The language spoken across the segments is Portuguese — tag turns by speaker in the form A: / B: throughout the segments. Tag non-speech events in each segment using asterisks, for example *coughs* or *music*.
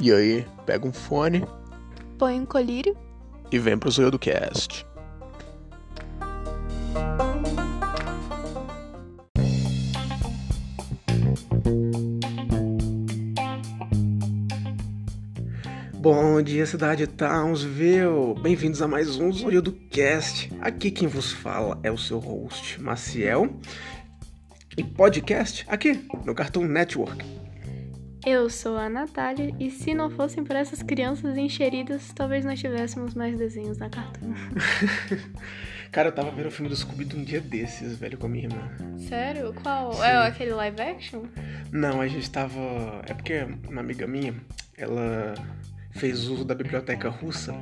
A: E aí, pega um fone
B: Põe um colírio.
A: e vem pro Zoio do Cast. Bom dia, cidade Townsville! Bem-vindos a mais um Zoio do Cast. Aqui quem vos fala é o seu host, Maciel. E podcast aqui no Cartoon Network.
B: Eu sou a Natália e se não fossem por essas crianças encheridas, talvez nós tivéssemos mais desenhos na Cartoon.
A: Cara, eu tava vendo o filme do Scooby-Doo um dia desses, velho, com a minha irmã.
B: *laughs* Sério? Qual?
A: Sim.
B: É aquele live action?
A: Não, a gente tava. É porque uma amiga minha, ela fez uso da biblioteca russa.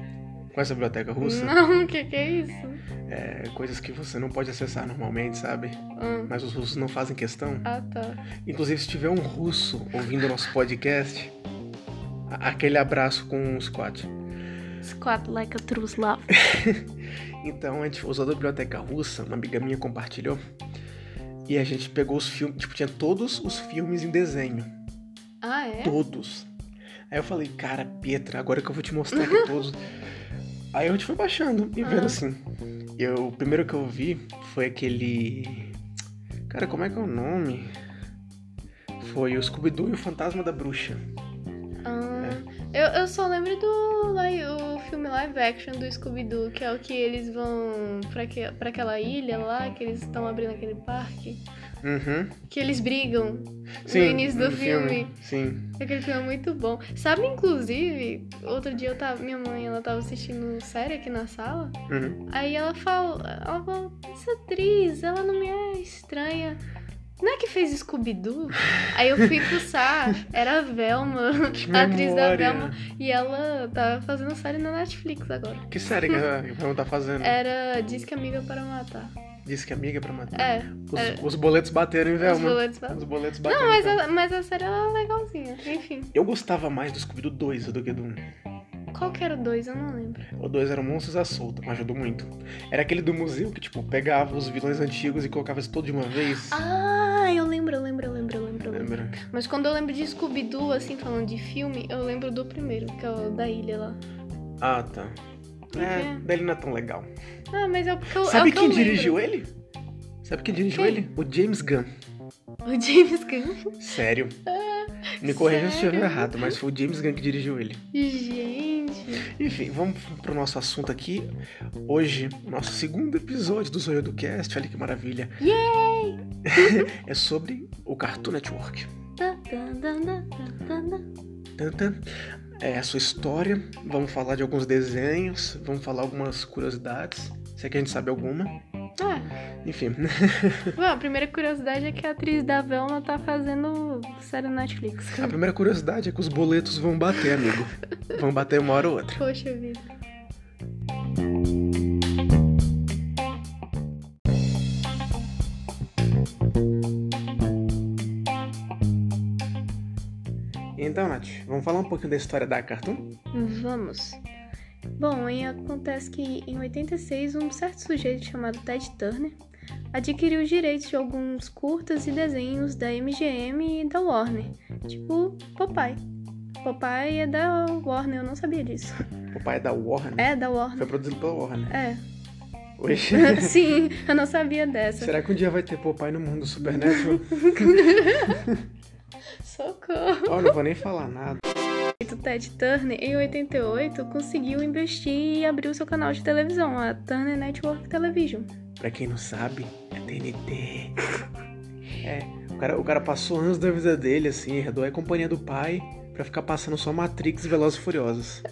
A: Conhece a biblioteca russa?
B: Não, *laughs* o que, que é isso?
A: É, coisas que você não pode acessar normalmente, sabe?
B: Hum,
A: Mas os russos não fazem questão.
B: Ah, tá.
A: Inclusive, se tiver um russo ouvindo o nosso podcast, a- aquele abraço com um squat.
B: Squat like a true Slav.
A: Então, a gente usou a biblioteca russa, uma amiga minha compartilhou. E a gente pegou os filmes, tipo, tinha todos os filmes em desenho.
B: *laughs* Ah, é?
A: todos. Aí eu falei, cara, Pietra, agora que eu vou te mostrar
B: *laughs*
A: aqui todos. Aí a gente foi baixando e vendo
B: Ah.
A: assim. Eu, o primeiro que eu vi foi aquele. Cara, como é que é o nome? Foi o Scooby-Doo e o Fantasma da Bruxa.
B: Ah, eu, eu só lembro do li- o filme live action do Scooby-Doo, que é o que eles vão pra, que, pra aquela ilha lá, que eles estão abrindo aquele parque,
A: Uhum.
B: que eles brigam
A: Sim,
B: no início do
A: no
B: filme.
A: Sim.
B: Aquele filme é muito bom. Sabe, inclusive, outro dia eu tava, minha mãe ela tava assistindo série aqui na sala.
A: Uhum.
B: Aí ela falou, ela falou, essa atriz, ela não me é estranha. Não é que fez Scooby-Doo? Aí eu fui fuçar, era a Velma,
A: Que
B: a atriz da
A: memória.
B: Velma. E ela tá fazendo série na Netflix agora.
A: Que série que
B: *laughs*
A: ela que ela tá fazendo?
B: É. Era Diz que Amiga para Matar.
A: Disse que é amiga pra matar.
B: É,
A: Os,
B: é.
A: os boletos bateram em
B: os
A: Velma.
B: boletos da...
A: Os boletos bateram.
B: Não, mas
A: então.
B: a, mas a série ela é legalzinha. Enfim,
A: Eu gostava mais do Scooby-Doo 2 do que do 1.
B: qual que era o dois? Eu não lembro.
A: O dois eram monstros à solta, mas ajudou muito. Era aquele do museu que, tipo, pegava os vilões antigos e colocava isso tudo de uma vez.
B: Ah, eu lembro, eu lembro, eu lembro, eu lembro. Eu lembro.
A: Lembra?
B: Mas quando eu lembro de Scooby-Doo, assim, falando de filme, eu lembro do primeiro, que é o da ilha lá.
A: Ah, tá. É,
B: Uhum.
A: daí ele não é tão legal.
B: Ah, mas é porque eu. é
A: Sabe
B: o que
A: quem
B: eu lembro.
A: dirigiu ele? Sabe quem dirigiu
B: Quem?
A: ele? O James Gunn.
B: *laughs* O James Gunn.
A: Sério. Me corrija se
B: Ah, sério?
A: estiver errado, mas foi o James Gunn que dirigiu ele.
B: Gente.
A: Enfim, vamos pro nosso assunto aqui. Hoje, nosso segundo episódio do Sonho do Cast, olha que maravilha.
B: Yay!
A: *laughs* É sobre o Cartoon Network.
B: Tá, tá, tá, tá, tá, tá.
A: tanta é, a sua história. Vamos falar de alguns desenhos, vamos falar algumas curiosidades. Se é que a gente sabe alguma.
B: Ah,
A: Enfim, *laughs*
B: bom, a primeira curiosidade é que a atriz da Velma tá fazendo série na Netflix.
A: a primeira curiosidade é que os boletos vão bater, amigo. Vão bater uma hora ou outra.
B: Poxa vida.
A: Então, Nath, vamos falar um pouquinho da história da Cartoon?
B: Vamos. Bom, e acontece que em 86 um certo sujeito chamado Ted Turner adquiriu os direitos de alguns curtas e desenhos da MGM e da Warner, tipo Popeye. Popeye é da Warner, eu não sabia disso.
A: O pai da Warner. né?
B: É da Warner.
A: Foi produzido pela Warner.
B: É. *laughs*
A: Hoje.
B: Sim, eu não sabia
A: *laughs*
B: dessa.
A: Será que um dia vai ter Popeye no mundo do Supernatural?
B: Socorro.
A: Ó, não vou nem falar nada.
B: O Ted Turner, em 88, conseguiu investir e abriu seu canal de televisão, a Turner Network Television.
A: Pra quem não sabe, é TNT. É, o cara, o cara passou anos da vida dele, assim, herdou a companhia do pai pra ficar passando só Matrix e Velozes e Furiosos.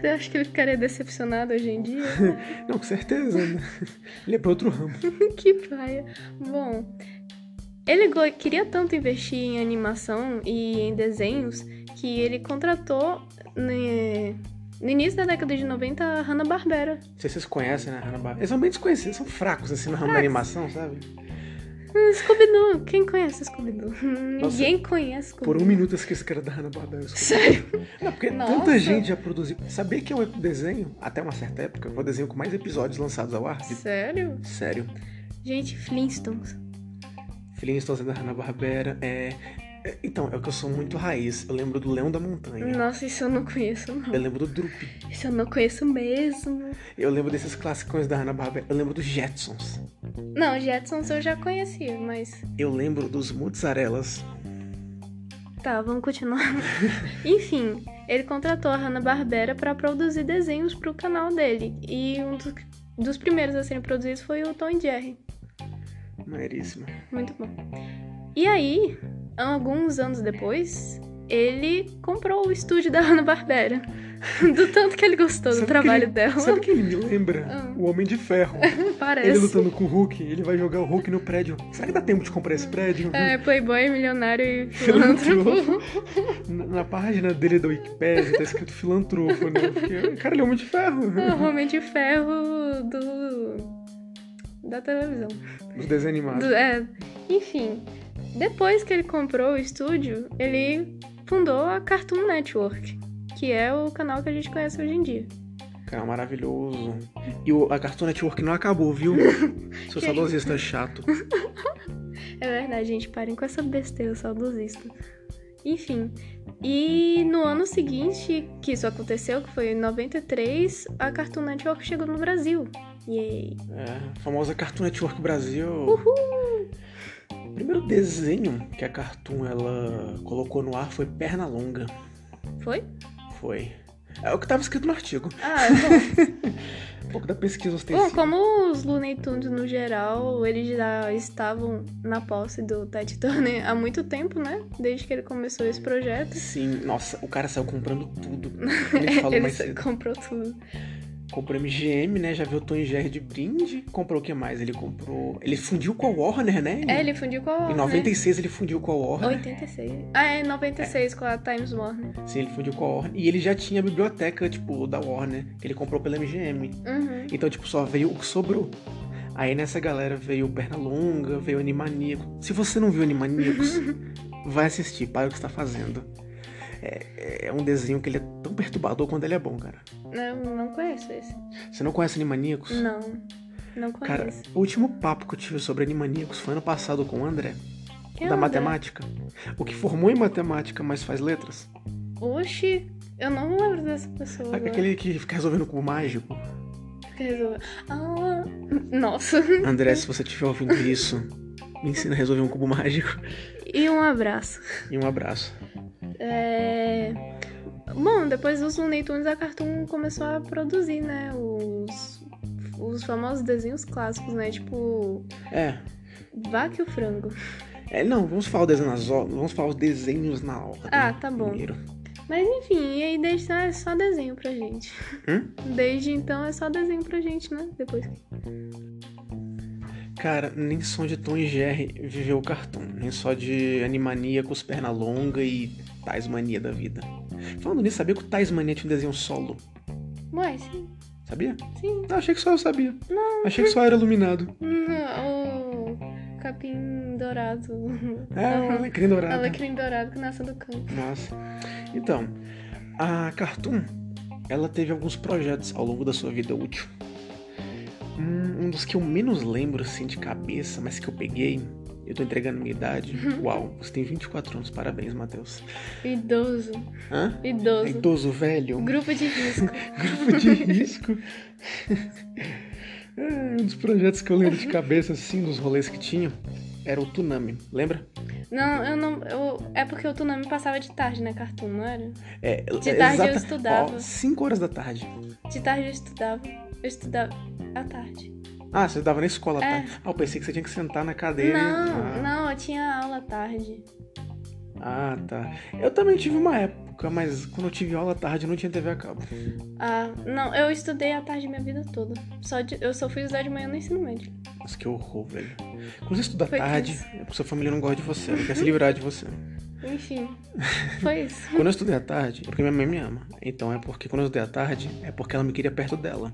B: Você acha que ele ficaria decepcionado hoje em dia?
A: Não, com certeza, né? *laughs* Ele é pra outro ramo.
B: que praia. Bom, ele go- queria tanto investir em animação e em desenhos que ele contratou né, no início da década de 90 a Hanna-Barbera.
A: Não sei se vocês conhecem, né, Hanna-Barbera. Eles são bem desconhecidos, são fracos, assim, no ramo da
B: Fracos.
A: animação, sabe?
B: Hum, Scooby-Doo, quem conhece Scooby-Doo?
A: Nossa,
B: Ninguém conhece
A: Por
B: Scooby-Doo.
A: um minuto eu esqueci que era da Hanna-Barbera. *laughs*
B: Sério?
A: Não, porque
B: Nossa.
A: tanta gente já produziu. Sabia que é o desenho, até uma certa época, foi o desenho com mais episódios lançados ao ar?
B: Sério?
A: Sério.
B: Gente, Flintstones.
A: Flintstones é da Hanna-Barbera, é... Então, é que eu sou muito raiz. Eu lembro do Leão da Montanha.
B: Nossa, isso eu não conheço, não.
A: Eu lembro do Drupi.
B: Isso eu não conheço mesmo.
A: Eu lembro desses classicões da Hanna-Barbera. Eu lembro dos Jetsons.
B: Não, Jetsons eu já conheci, mas.
A: Eu lembro dos Mozzarelas.
B: Tá, vamos continuar. *laughs* Enfim, ele contratou a Hanna-Barbera para produzir desenhos pro canal dele. E um dos, dos primeiros a serem produzidos foi o Tom e Jerry.
A: Maneiríssimo.
B: Muito bom. E aí, alguns anos depois, ele comprou o estúdio da Hanna-Barbera. *laughs* Do tanto que ele gostou do
A: Sabe
B: trabalho
A: quem-
B: dela.
A: Sabe quem me lembra?
B: Ah. É,
A: O Homem de
B: *laughs*
A: Ferro. Ele
B: Parece.
A: lutando com o Hulk, ele vai jogar o Hulk no prédio. Será que dá tempo de comprar esse prédio?
B: É, playboy,
A: *laughs*
B: milionário e filantropo.
A: Na, na página dele da Wikipedia tá escrito filantrofo, né? Porque, cara, ele é um homem de ferro.
B: o *laughs* Homem de Ferro do... da televisão.
A: Dos desenhos animados.
B: Do- é, enfim, depois que ele comprou o estúdio, ele fundou a Cartoon Network, que é o canal que a gente conhece hoje em dia.
A: Cara, maravilhoso. E o, a Cartoon Network não acabou,
B: *laughs*
A: viu? Seu
B: Que-
A: saudosista chato.
B: É verdade, gente, parem com essa besteira saudosista. Enfim, e no ano seguinte que isso aconteceu, que foi em 93, a Cartoon Network chegou no Brasil. Yay!
A: É, a famosa Cartoon Network Brasil. Uhul! O primeiro desenho que a Cartoon ela colocou no ar foi Perna Longa.
B: Foi?
A: Foi. É o que tava escrito no artigo.
B: Ah, bom.
A: Um pouco da pesquisa ostensiva.
B: bom, É, como os Looney Tunes no geral, eles já estavam na posse do Ted Turner há muito tempo, né? Desde que ele começou esse projeto.
A: Sim, nossa, o cara saiu comprando
B: *laughs*
A: tudo. Ele falou
B: É, ele *laughs*
A: mais cedo.
B: comprou tudo.
A: Comprou MGM, né? Já viu o Tom e Jerry de brinde. Comprou o que mais? Ele comprou. Ele fundiu com a Warner, né?
B: É, ele fundiu com a.
A: Em
B: Warner.
A: 96 ele fundiu com a Warner.
B: 86. Ah, é, 96 com a Times Warner.
A: Sim, ele fundiu com a Warner. E ele já tinha a biblioteca, tipo, da Warner, que ele comprou pela MGM.
B: Uhum.
A: Então, tipo, só veio o que sobrou. Aí nessa galera veio Pernalonga, veio Animaníaco. Se você não viu Animaníacos,
B: *laughs*
A: vai assistir, para o que você tá fazendo. É, é um desenho que ele é tão perturbador quando ele é bom, cara.
B: Não, não conheço esse.
A: Você não conhece Animaníacos?
B: Não. Não
A: Cara,
B: conheço.
A: o último papo que eu tive sobre Animaníacos foi ano passado com o André,
B: Quem é
A: da
B: o André?
A: matemática. O que formou em matemática, mas faz letras.
B: Oxi, eu não lembro dessa pessoa.
A: Sabe
B: agora.
A: Aquele que fica resolvendo com o mágico.
B: Que resolveu- Ah, nossa. *laughs*
A: André, se você estiver ouvindo isso, me ensina a resolver um cubo mágico.
B: E um abraço.
A: E um abraço.
B: É... Bom, depois dos Looney Tunes, a Cartoon começou a produzir, né? Os, os famosos desenhos clássicos, né? Tipo,
A: É,
B: Vaca e o Frango.
A: É, não, vamos falar o desenho nas or- vamos falar os desenhos na ordem.
B: Ah, tá bom.
A: Primeiro.
B: Mas enfim, e aí desde então é só desenho pra gente. Desde então é só desenho pra gente, né? Depois.
A: Cara, nem só de Tom e Jerry viveu o cartoon, nem só de Animaniacos, Pernalonga e Tasmania da vida. Falando nisso, sabia que o Tasmania tinha um desenho solo?
B: Ué, sim,
A: Sabia?
B: sim. *laughs*
A: Não, achei que só eu sabia. Não. Achei que só era iluminado.
B: Hum, O capim dourado.
A: É, o Alecrim Dourado.
B: A alecrim dourado que nasce do campo.
A: Nossa. Então, a Cartoon, ela teve alguns projetos ao longo da sua vida útil. Um, um dos que eu menos lembro, assim, de cabeça, mas que eu peguei, eu tô entregando minha idade.
B: Uhum.
A: Uau, você tem 24 anos, parabéns, Matheus.
B: Idoso,
A: Hã? É
B: idoso.
A: idoso velho,
B: Grupo de risco.
A: *laughs* grupo de risco. *laughs* É, um dos projetos que eu lembro de cabeça, assim, dos rolês que tinha, era o Tsunami, lembra?
B: Não, eu não. eu- é porque o Tsunami passava de tarde na Cartoon, não era?
A: É,
B: De tarde eu estudava.
A: 5 horas da tarde.
B: De tarde eu estudava. Eu estudava à tarde.
A: Ah, você dava na escola,
B: É.
A: tá? Ah, eu pensei que você tinha que sentar na cadeira.
B: Não,
A: ah,
B: não, eu tinha aula à tarde.
A: Ah, tá. Eu também tive uma época, mas quando eu tive aula à tarde não tinha TV a cabo.
B: Ah, não, eu estudei à tarde minha vida toda. Só de- eu só fui estudar de manhã no ensino médio.
A: Nossa, que horror, velho. Quando você estuda à
B: Foi
A: tarde,
B: isso.
A: é porque sua família não gosta de você, ela quer se livrar de você. *laughs*
B: Enfim, foi isso.
A: Quando eu estudei à tarde, é porque minha mãe me ama. Então é porque quando eu estudei à tarde, é porque ela me queria perto dela.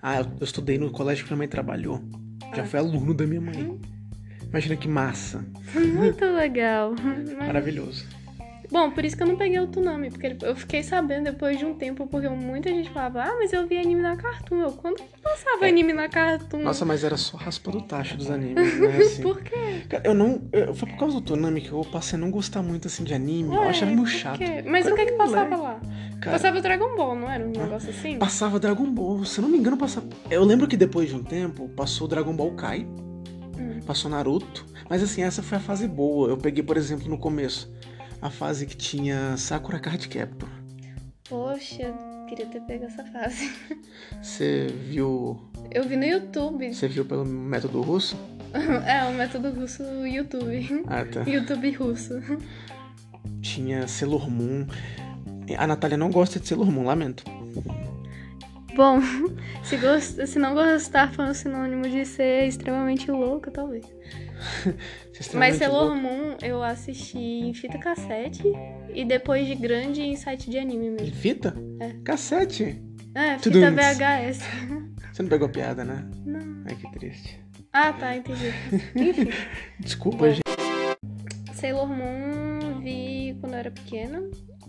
A: Ah, eu eu estudei no colégio que minha mãe trabalhou. Já
B: Ah.
A: fui aluno da minha mãe. Imagina que massa.
B: Muito legal. Mas-
A: Maravilhoso.
B: Bom, por isso que eu não peguei o Tsunami, porque ele- eu fiquei sabendo depois de um tempo, porque muita gente falava, ah, mas eu vi anime na Cartoon. Eu, quando que passava
A: É.
B: anime na Cartoon?
A: Nossa, mas era só raspando o tacho dos animes,
B: *laughs*
A: né? Assim.
B: por quê?
A: Cara, eu não. eu- foi por causa do Tonami que eu passei a não gostar muito assim de anime. eu
B: Ué,
A: achava meio
B: por
A: chato.
B: quê? Mas
A: Era
B: o que que
A: um
B: passava
A: moleque,
B: lá?
A: cara.
B: Passava o Dragon Ball, não era um negócio assim?
A: Passava Dragon Ball, se eu não me engano, passava. Eu lembro que depois de um tempo passou Dragon Ball Kai,
B: Hum.
A: passou Naruto, mas assim, essa foi a fase boa. Eu peguei, por exemplo, no começo, a fase que tinha Sakura Card Captor.
B: Poxa, queria ter pego essa fase. *laughs*
A: Você viu.
B: Eu vi no YouTube.
A: Você viu pelo método russo?
B: É, o método russo YouTube. *laughs*
A: Ah, tá.
B: YouTube russo.
A: Tinha Sailor Moon. A Natália não gosta de Sailor Moon, lamento.
B: Bom, *laughs* se, gost- se não gostar foi um sinônimo de ser extremamente louco, talvez.
A: Você é
B: Mas
A: extremamente
B: Sailor
A: louca.
B: Moon eu assisti em fita cassete e depois de grande em site de anime
A: Em
B: mesmo.
A: Fita?
B: É.
A: Cassete?
B: É,
A: Tudo
B: fita
A: isso.
B: VHS.
A: Você não pegou a piada, né?
B: Não.
A: Ai, que triste.
B: Ah, tá, entendi. Enfim,
A: Desculpa,
B: Bom.
A: gente.
B: Sailor Moon vi quando eu era pequena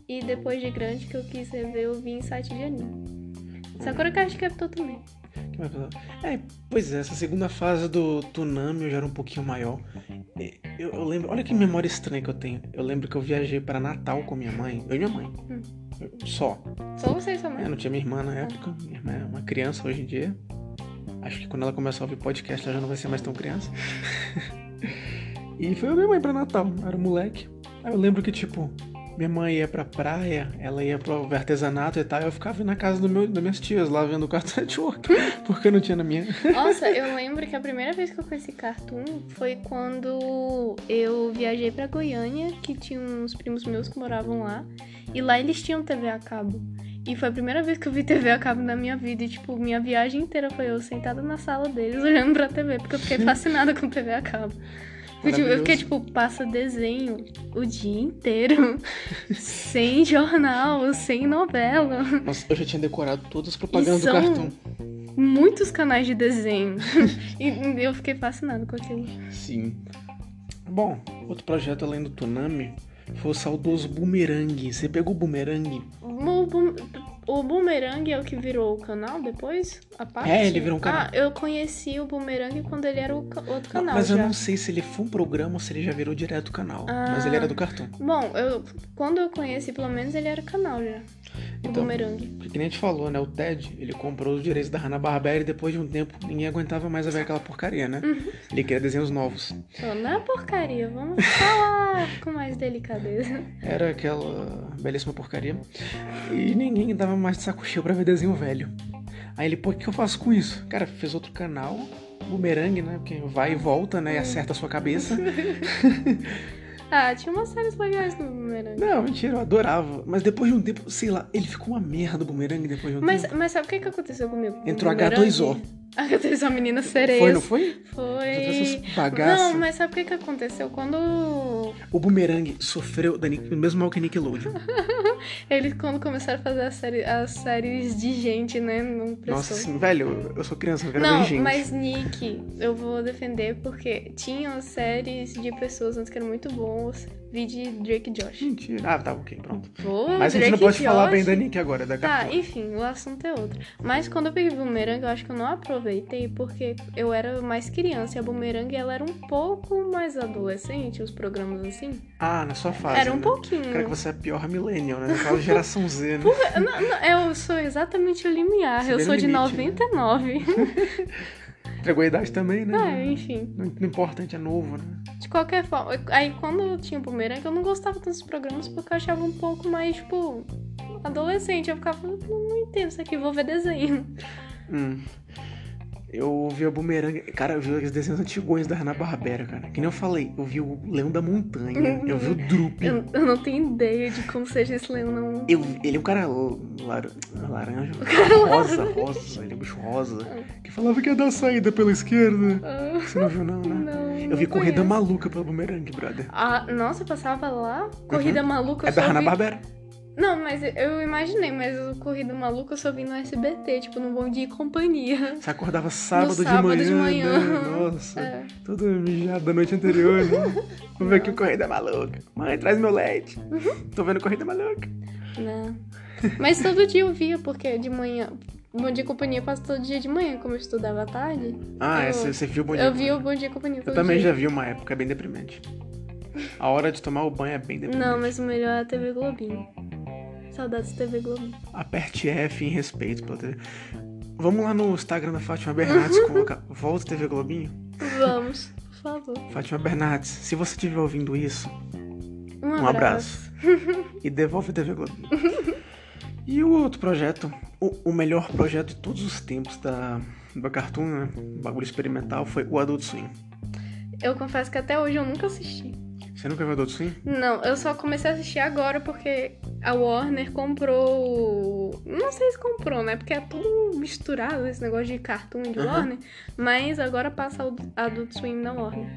B: e depois de grande que eu quis rever eu vi em site de anime. Sakura Card Captor também.
A: Que mais pesado? É, pois é, essa segunda fase do Tunami eu já era um pouquinho maior. E Eu, eu lembro, olha que memória estranha que eu tenho. Eu lembro que eu viajei pra Natal com minha mãe, eu e minha mãe.
B: Hum.
A: Eu- Só.
B: Só vocês também.
A: É, não tinha minha irmã na época, minha irmã é uma criança hoje em dia. Acho que quando ela começar a ouvir podcast ela já não vai ser mais tão criança. *laughs* e foi eu e minha mãe pra Natal, eu era um moleque. Aí eu lembro que, tipo, minha mãe ia pra praia, ela ia pro artesanato e tal, e eu ficava na casa do meu, das minhas tias lá vendo o Cartoon Network, *laughs* porque não tinha na minha.
B: Nossa, eu lembro que a primeira vez que eu conheci cartoon foi quando eu viajei pra Goiânia, que tinha uns primos meus que moravam lá, e lá eles tinham TV a cabo. E foi a primeira vez que eu vi TV a cabo na minha vida, e tipo, minha viagem inteira foi eu sentada na sala deles *laughs* olhando pra TV, porque eu fiquei fascinada com TV a cabo. Eu, tipo, eu fiquei tipo, passa desenho o dia inteiro, sem jornal, sem novela.
A: Nossa, eu já tinha decorado todas as propagandas
B: são-
A: do cartão.
B: muitos canais de desenho. *laughs* e eu fiquei fascinada com aquilo.
A: Sim. Bom, outro projeto além do Tunami foi o saudoso Boomerang. Você pegou o Boomerang?
B: O, bu- o Boomerang é o que virou o canal depois? A parte?
A: É, ele virou um canal.
B: Ah, eu conheci o Boomerang quando ele era o ca- outro canal
A: mas
B: já.
A: eu não sei se ele foi um programa ou se ele já virou direto do canal.
B: Ah.
A: Mas ele era do cartão.
B: Bom, eu, quando eu conheci, pelo menos ele era canal já. O
A: Então,
B: Boomerang.
A: porque que nem a gente falou, né? O Ted, ele comprou os direitos da Hanna-Barbera e depois de um tempo ninguém aguentava mais a ver aquela porcaria, né?
B: Uhum.
A: Ele queria desenhos novos.
B: Falou, não é porcaria,
A: *laughs*
B: vamos falar com mais delicadeza.
A: Era aquela belíssima porcaria. E ninguém dava mais de saco cheio pra ver desenho velho. Aí ele, pô, o que eu faço com isso? Cara, fez outro canal, bumerangue, né? Porque vai e volta, né? E acerta a sua
B: *laughs*
A: cabeça.
B: Ah, tinha umas séries legais no Boomerang.
A: Não, mentira, eu adorava. Mas depois de um tempo, sei lá, ele ficou uma merda o bumerangue depois de um
B: Mas,
A: tempo.
B: mas sabe o que, que aconteceu comigo? com o
A: Entrou
B: Boomerang?
A: H2O.
B: H2O, menina sereia.
A: Foi, não foi? tá
B: Foi.
A: Essas bagaças.
B: Não, mas sabe o que, que aconteceu? Quando
A: O bumerangue sofreu da Nick- do mesmo mal que Nickelodeon.
B: eles quando começaram a fazer as, série- as séries de gente, né? Não prestou.
A: Nossa, assim, velho, eu- eu sou criança, eu quero
B: não,
A: ver gente.
B: mas Nick, eu vou defender porque tinham séries de pessoas antes que eram muito boas. Vi de Drake e Josh.
A: Mentira. Ah, tá, ok, pronto.
B: Boa,
A: Mas a gente
B: Drake
A: não pode
B: e
A: falar
B: Josh.
A: bem da Nick agora, da
B: Tá,
A: Cartoon.
B: enfim, o assunto é outro. Mas quando eu peguei bumerangue, eu acho que eu não aproveitei, porque eu era mais criança e a bumerangue ela era um pouco mais adolescente, os programas assim.
A: Ah, na sua fase.
B: era um
A: né?
B: pouquinho.
A: Cara, que você é a pior millennial, né?
B: *laughs*
A: Aquela geração Z, né?
B: Não, não, eu sou exatamente o limiar,
A: Você
B: eu
A: vê
B: sou
A: no
B: de
A: limite, né? *laughs*
B: *laughs* 99.
A: Entregou a idade também, né?
B: É, enfim.
A: Não, não importante, é novo, né?
B: De qualquer forma, aí quando eu tinha o bumerangue, eu não gostava tantos programas porque eu achava um pouco mais, tipo, adolescente. Eu ficava, não, não entendo isso aqui, vou ver desenho.
A: Hum. Eu vi a Boomerang. Cara, eu vi os desenhos antigões da Hanna-Barbera, cara. Que nem eu falei, eu vi o Leão da
B: *laughs*
A: Montanha, eu vi o Drupi.
B: Eu, eu não tenho ideia de como seja esse leão, não.
A: Eu, ele é um cara lar- laranja,
B: é
A: rosa, rosa, ele é um bicho rosa, que falava que ia dar saída pela esquerda.
B: Ah,
A: Você não viu não, né?
B: não.
A: eu vi
B: não
A: Corrida
B: conheço.
A: Maluca pelo Boomerang, brother.
B: Ah, nossa, eu passava lá? Corrida maluca,
A: É
B: eu
A: da
B: só ouvi-
A: Hanna-Barbera.
B: Não, mas eu imaginei, mas o Corrida Maluca eu só vi no SBT, tipo, no Bom Dia e Companhia. *laughs*
A: Você acordava sábado,
B: sábado
A: de manhã.
B: de manhã.
A: né? Nossa.
B: É.
A: Tudo mijado da noite anterior, né? Vou ver aqui o Corrida Maluca. Mãe, traz meu leite.
B: Uhum.
A: Tô vendo Corrida Maluca.
B: Não. né? Mas todo dia eu via, porque de manhã. Bom Dia e Companhia passa todo dia de manhã, como eu estudava à tarde.
A: Ah,
B: Eu-
A: é, você você viu o Bom Dia
B: eu
A: Maluca?
B: via o Bom Dia e Companhia todo
A: Eu também
B: dia.
A: já vi uma época é bem deprimente. A hora de tomar o banho é bem deprimente.
B: Não, mas o melhor é a TV Globinho. Saudades da TV Globinho.
A: Aperte F em respeito pela TV. Vamos lá no Instagram da Fátima Bernardes
B: Uhum.
A: e colocar Volta TV Globinho.
B: Vamos, por favor.
A: Fátima Bernardes, se você estiver ouvindo isso,
B: Um abraço.
A: um abraço. e devolve TV
B: *laughs*
A: Globinho. e o outro projeto, o, o melhor projeto de todos os tempos da, da Cartoon, né? O bagulho experimental, foi o Adult Swim.
B: Eu confesso que até hoje eu nunca assisti.
A: Você nunca viu Adult Swim?
B: Não, eu só comecei a assistir agora porque a Warner comprou. Não sei se comprou, né? Porque é tudo misturado esse negócio de cartoon de
A: Aham.
B: Warner. Mas agora passa o Adult Swim na Warner.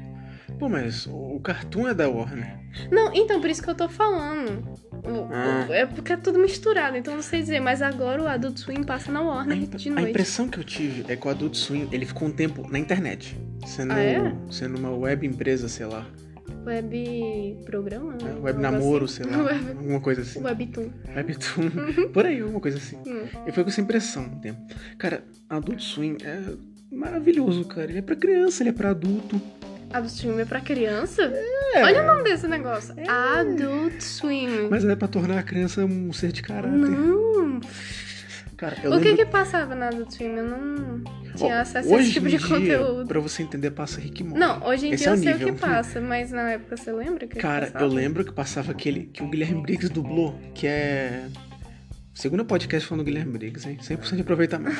A: Pô, mas o, o Cartoon é da Warner.
B: Não, então por isso que eu tô falando. O-
A: Ah.
B: o- É porque é tudo misturado, então não sei dizer. Mas agora o Adult Swim passa na
A: A,
B: Warner
A: imp-
B: de
A: a
B: noite.
A: impressão que eu tive é que o Adult Swim, ele ficou um tempo na internet. Sendo,
B: Ah, é?
A: sendo uma web empresa, sei lá.
B: Web programa?
A: né?
B: né?
A: Web
B: Algo
A: namoro,
B: assim.
A: sei
B: *laughs*
A: lá.
B: Web...
A: Alguma coisa assim.
B: Webtoon.
A: Webtoon. *laughs* Por aí, alguma coisa assim.
B: Hum.
A: Eu fui com essa impressão um tempo. Cara, Adult Swim é maravilhoso, cara. Ele é pra criança, ele é pra adulto.
B: Adult Swim é pra criança?
A: É,
B: Olha o nome desse negócio. Adult Swim.
A: mas é pra tornar a criança um ser de caráter.
B: Não.
A: Cara, eu
B: o que
A: lembro...
B: que passava na Adult Swim? Eu não tinha
A: Ó,
B: acesso a
A: hoje
B: esse tipo
A: em
B: de
A: dia,
B: conteúdo.
A: Pra você entender, passa Rick e Morty.
B: Não, hoje em
A: Esse
B: dia
A: é
B: eu
A: o
B: sei o
A: nível.
B: que passa, mas na época você lembra que
A: Cara,
B: passava?
A: eu lembro que passava aquele que o Guilherme Briggs dublou, que é. Segundo podcast falando do Guilherme Briggs, hein? 100% de aproveitamento.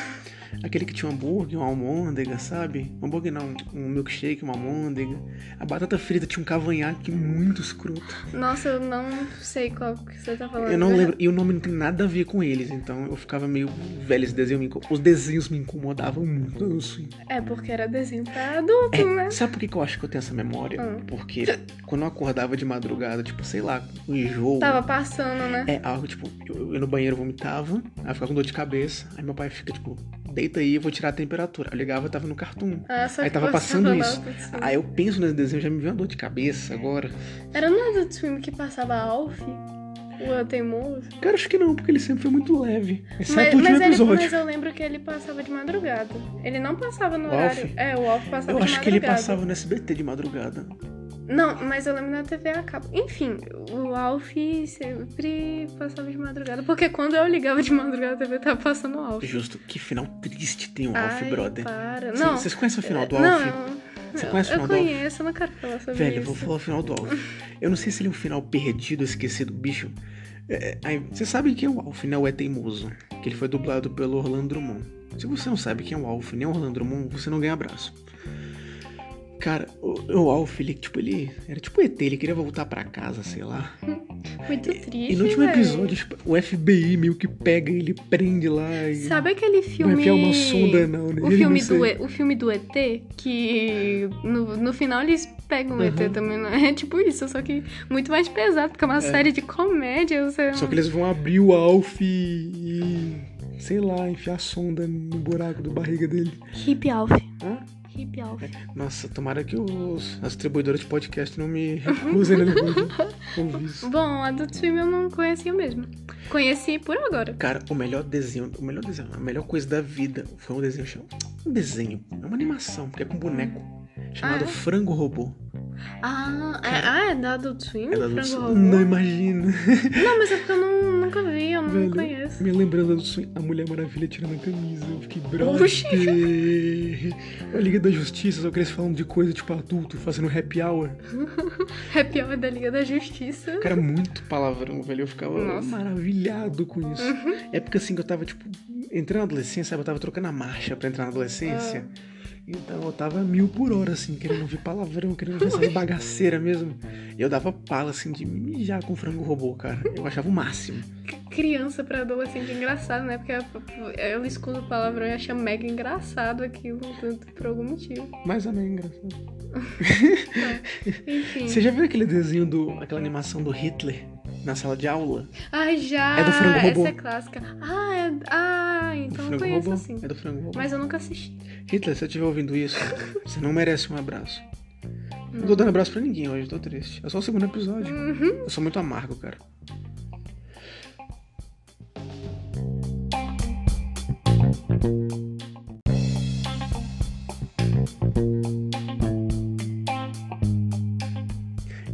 A: Aquele que tinha um hambúrguer, uma almôndega, sabe? Um hambúrguer não, um milkshake, uma almôndega. A batata frita tinha um cavanhaque muito escroto.
B: Nossa, eu não sei qual que você tá falando.
A: Eu não lembro, e o nome não tem nada a ver com eles, então eu ficava meio velho esse desenho. me inco- Os desenhos me incomodavam muito. eu não sei.
B: É porque era desenho pra adulto,
A: É.
B: né?
A: Sabe por que que eu acho que eu tenho essa memória?
B: Hum.
A: Porque quando eu acordava de madrugada, tipo, sei lá, um enjoo.
B: Tava passando, né?
A: É algo tipo, eu, eu no banheiro vomitava, aí eu ficava com dor de cabeça, aí meu pai fica tipo, deita aí, eu vou tirar a temperatura. Eu ligava e tava no cartoon.
B: Ah, só
A: Aí
B: que
A: tava
B: você
A: passando
B: falava
A: isso.
B: Adult Swim.
A: Aí eu penso nesse desenho, já me veio uma dor de cabeça agora.
B: Era um no Adult Swim que passava Alf? O Eu Teimoso?
A: Cara, acho que não, porque ele sempre foi muito leve.
B: Mas,
A: Exceto o é último
B: mas ele-
A: episódio.
B: mas eu lembro que ele passava de madrugada. Ele não passava no
A: O
B: horário.
A: Alf?
B: É, o Alf passava
A: Eu
B: de
A: acho
B: madrugada.
A: que ele passava no SBT de madrugada.
B: Não, mas eu lembro na TV a cabo. Enfim, o Alf sempre passava de madrugada. Porque quando eu ligava de madrugada, a TV tava passando o Alf.
A: Justo, que final triste tem o Alf,
B: Ai,
A: brother.
B: Para.
A: Cê-
B: Não. É,
A: Vocês conhecem o final do
B: não,
A: Alf?
B: eu-
A: Você
B: eu-
A: conhece o
B: Eu
A: final do Alf?
B: conheço, eu não quero falar sobre
A: Velho, eu
B: isso.
A: vou falar o final do Alf. Eu não sei se ele é um final perdido, esquecido, bicho. É, é, aí, você sabe quem é o Alf, né? O É Teimoso. Que ele foi dublado pelo Orlando Drummond. Se você não sabe quem é o Alf, nem o Orlando Drummond, você não ganha abraço. Cara, o, o Alf, ele, tipo, ele era tipo ET, ele queria voltar pra casa, sei lá.
B: Muito triste.
A: E no último
B: velho.
A: episódio, tipo, o FBI meio que pega ele, prende lá e.
B: Sabe aquele
A: Não
B: filme.
A: é fiel uma sonda, não, né?
B: O
A: Ele
B: filme,
A: não
B: do,
A: sei.
B: E- o filme do ET, que no, no final eles pegam o ET
A: Aham.
B: também, né? É tipo isso, só que muito mais pesado, porque é uma série de comédia. Você...
A: Só que eles vão abrir o Alf e. sei lá, enfiar a sonda no buraco da barriga dele.
B: Hip Alf.
A: Hã?
B: Hip
A: É
B: Alf.
A: Nossa, tomara que os, as distribuidoras de podcast não me recusem, né? não vão ouvir isso.
B: Bom, a do Swim eu não conhecia mesmo. Conheci por agora.
A: Cara, o melhor desenho, o melhor desenho, a melhor coisa da vida foi um desenho chamado. Um desenho, é uma animação, porque é com boneco. Chamado
B: Ah, é?
A: Frango Robô.
B: Ah, é, ah, é da Adult Swim?
A: É da
B: Frango
A: Adult
B: Robô?
A: Swim. Não imagina.
B: Não, mas é porque eu não, nunca vi, eu não
A: Velho,
B: conheço.
A: Me lembrando do sonho, a Mulher Maravilha tirando a camisa. Eu fiquei bravo.
B: Oxi.
A: A Liga da Justiça, só que eles falam de coisa tipo adulto, fazendo happy hour.
B: Happy Hour da Liga da Justiça.
A: Cara, muito palavrão, velho. Eu ficava
B: Nossa.
A: maravilhado com isso. É porque assim que eu tava, tipo, entrando na adolescência, sabe? Eu tava trocando a marcha pra entrar na adolescência. Então eu tava mil por hora, assim, querendo ouvir palavrão, querendo ver essas bagaceiras mesmo. E eu dava pala, assim, de me mijar com frango robô, cara. Eu achava o máximo.
B: C- Criança pra adolescente é engraçado, né? Porque eu- eu escuto palavrão e acho mega engraçado aquilo, tanto por algum motivo.
A: Mas também é engraçado.
B: Enfim.
A: Você já viu aquele desenho do. aquela animação do Hitler? na sala de aula.
B: Ah, já!
A: É do Frango Robô.
B: Essa é clássica. Ah, é... ah
A: Do
B: então eu
A: frango
B: conheço
A: robô.
B: assim.
A: É do frango robô.
B: Mas eu nunca assisti.
A: Hitler, se eu estiver ouvindo isso, você não merece um abraço. Não tô dando abraço pra ninguém hoje, tô triste. É só o segundo episódio.
B: Uhum.
A: Eu sou muito amargo, cara.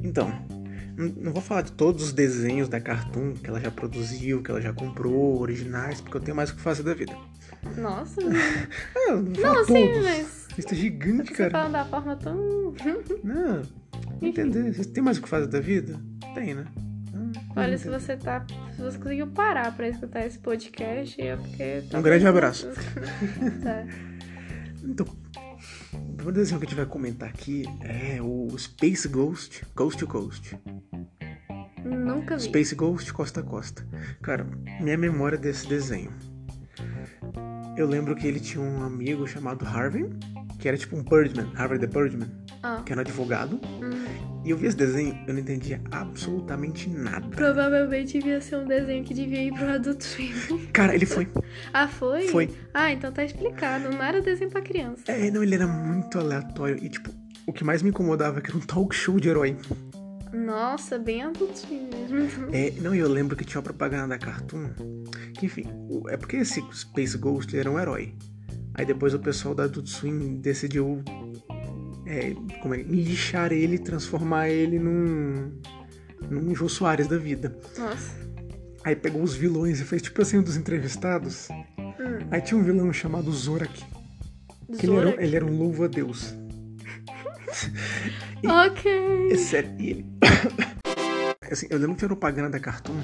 A: Então, n- não vou falar de todos os desenhos da Cartoon que ela já produziu, que ela já comprou, originais, porque eu tenho mais o que fazer da vida. *laughs*
B: Nossa.
A: Ah, eu não, vou falar
B: Não, sim,
A: todos.
B: mas.
A: Lista gigante,
B: Você
A: cara.
B: fala da forma
A: *laughs*
B: tão.
A: Não, vou entender. Vocês têm mais o que fazer da vida? Tem, né? Ah,
B: Olha, se
A: entendo.
B: você tá. Se você conseguiu parar pra escutar esse podcast, é porque. tá-
A: Um grande abraço.
B: *laughs* tá.
A: Então, assim, o primeiro desenho que a gente vai comentar aqui é o Space Ghost, Coast to Coast.
B: Nunca vi.
A: Space Ghost, costa a costa. Cara, minha memória desse desenho. Eu lembro que ele tinha um amigo chamado Harvey, que era tipo um Birdman, Harvey the Birdman,
B: Ah.
A: que era um advogado.
B: Hum.
A: E eu vi esse desenho, eu não entendia absolutamente nada.
B: Provavelmente devia ser um desenho que devia ir pro Adult Swim.
A: Cara, ele foi.
B: *laughs* Ah, foi?
A: Foi.
B: Ah, então tá explicado. Não era desenho pra criança.
A: É, não, ele era muito aleatório. E tipo, o que mais me incomodava é que era um talk show de herói.
B: Nossa, bem Adult Swim mesmo. *laughs*
A: É, não, e eu lembro que tinha uma propaganda da Cartoon. Que enfim, o- é porque esse Space Ghost ele era um herói. Aí depois o pessoal da Adult Swim decidiu é, como é, lixar ele e transformar ele num. num Jô Soares da vida.
B: Nossa.
A: Aí pegou os vilões e fez tipo assim um dos entrevistados.
B: Hum.
A: Aí tinha um vilão chamado Zorak. Que ele era, um-
B: Zora.
A: ele era um louvo a Deus.
B: Ok.
A: É sério, e ele. *coughs* Assim, eu lembro que tinha uma propaganda da Cartoon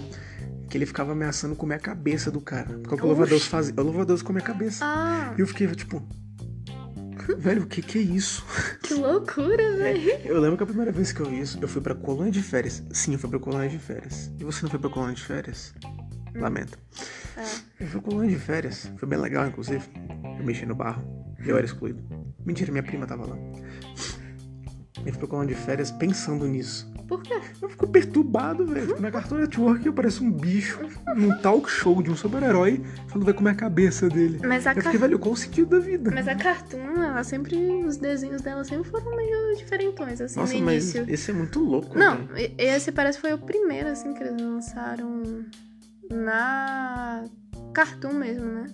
A: que ele ficava ameaçando comer a cabeça do cara. Porque é o que o Louva-Deus fazia. O Louva-Deus come a cabeça.
B: Ah,
A: E eu fiquei *laughs* tipo. Velho, o que que é isso?
B: que loucura, velho.
A: Eu lembro que a primeira vez que eu vi isso, eu fui pra colônia de férias. Sim, eu fui pra colônia de férias. E você não foi pra colônia de férias? Lamento.
B: Ah,
A: Eu fui pra colônia de férias. Foi bem legal, inclusive. Eu mexi no barro. E eu era excluído. Mentira, minha prima tava lá. Eu fui pra colônia de férias pensando nisso.
B: por quê?
A: Eu fico perturbado, velho. Tipo, na Cartoon Network eu pareço um bicho num talk show de um super-herói falando vai comer a cabeça dele.
B: Mas a,
A: Eu
B: car...
A: fiquei, velho, qual o sentido da vida?
B: mas a Cartoon, ela sempre. Os desenhos dela sempre foram meio diferentões, assim,
A: Nossa,
B: no
A: mas
B: início.
A: esse é muito louco. velho.
B: Não, e- esse parece que foi o primeiro, assim, que eles lançaram na Cartoon mesmo, né?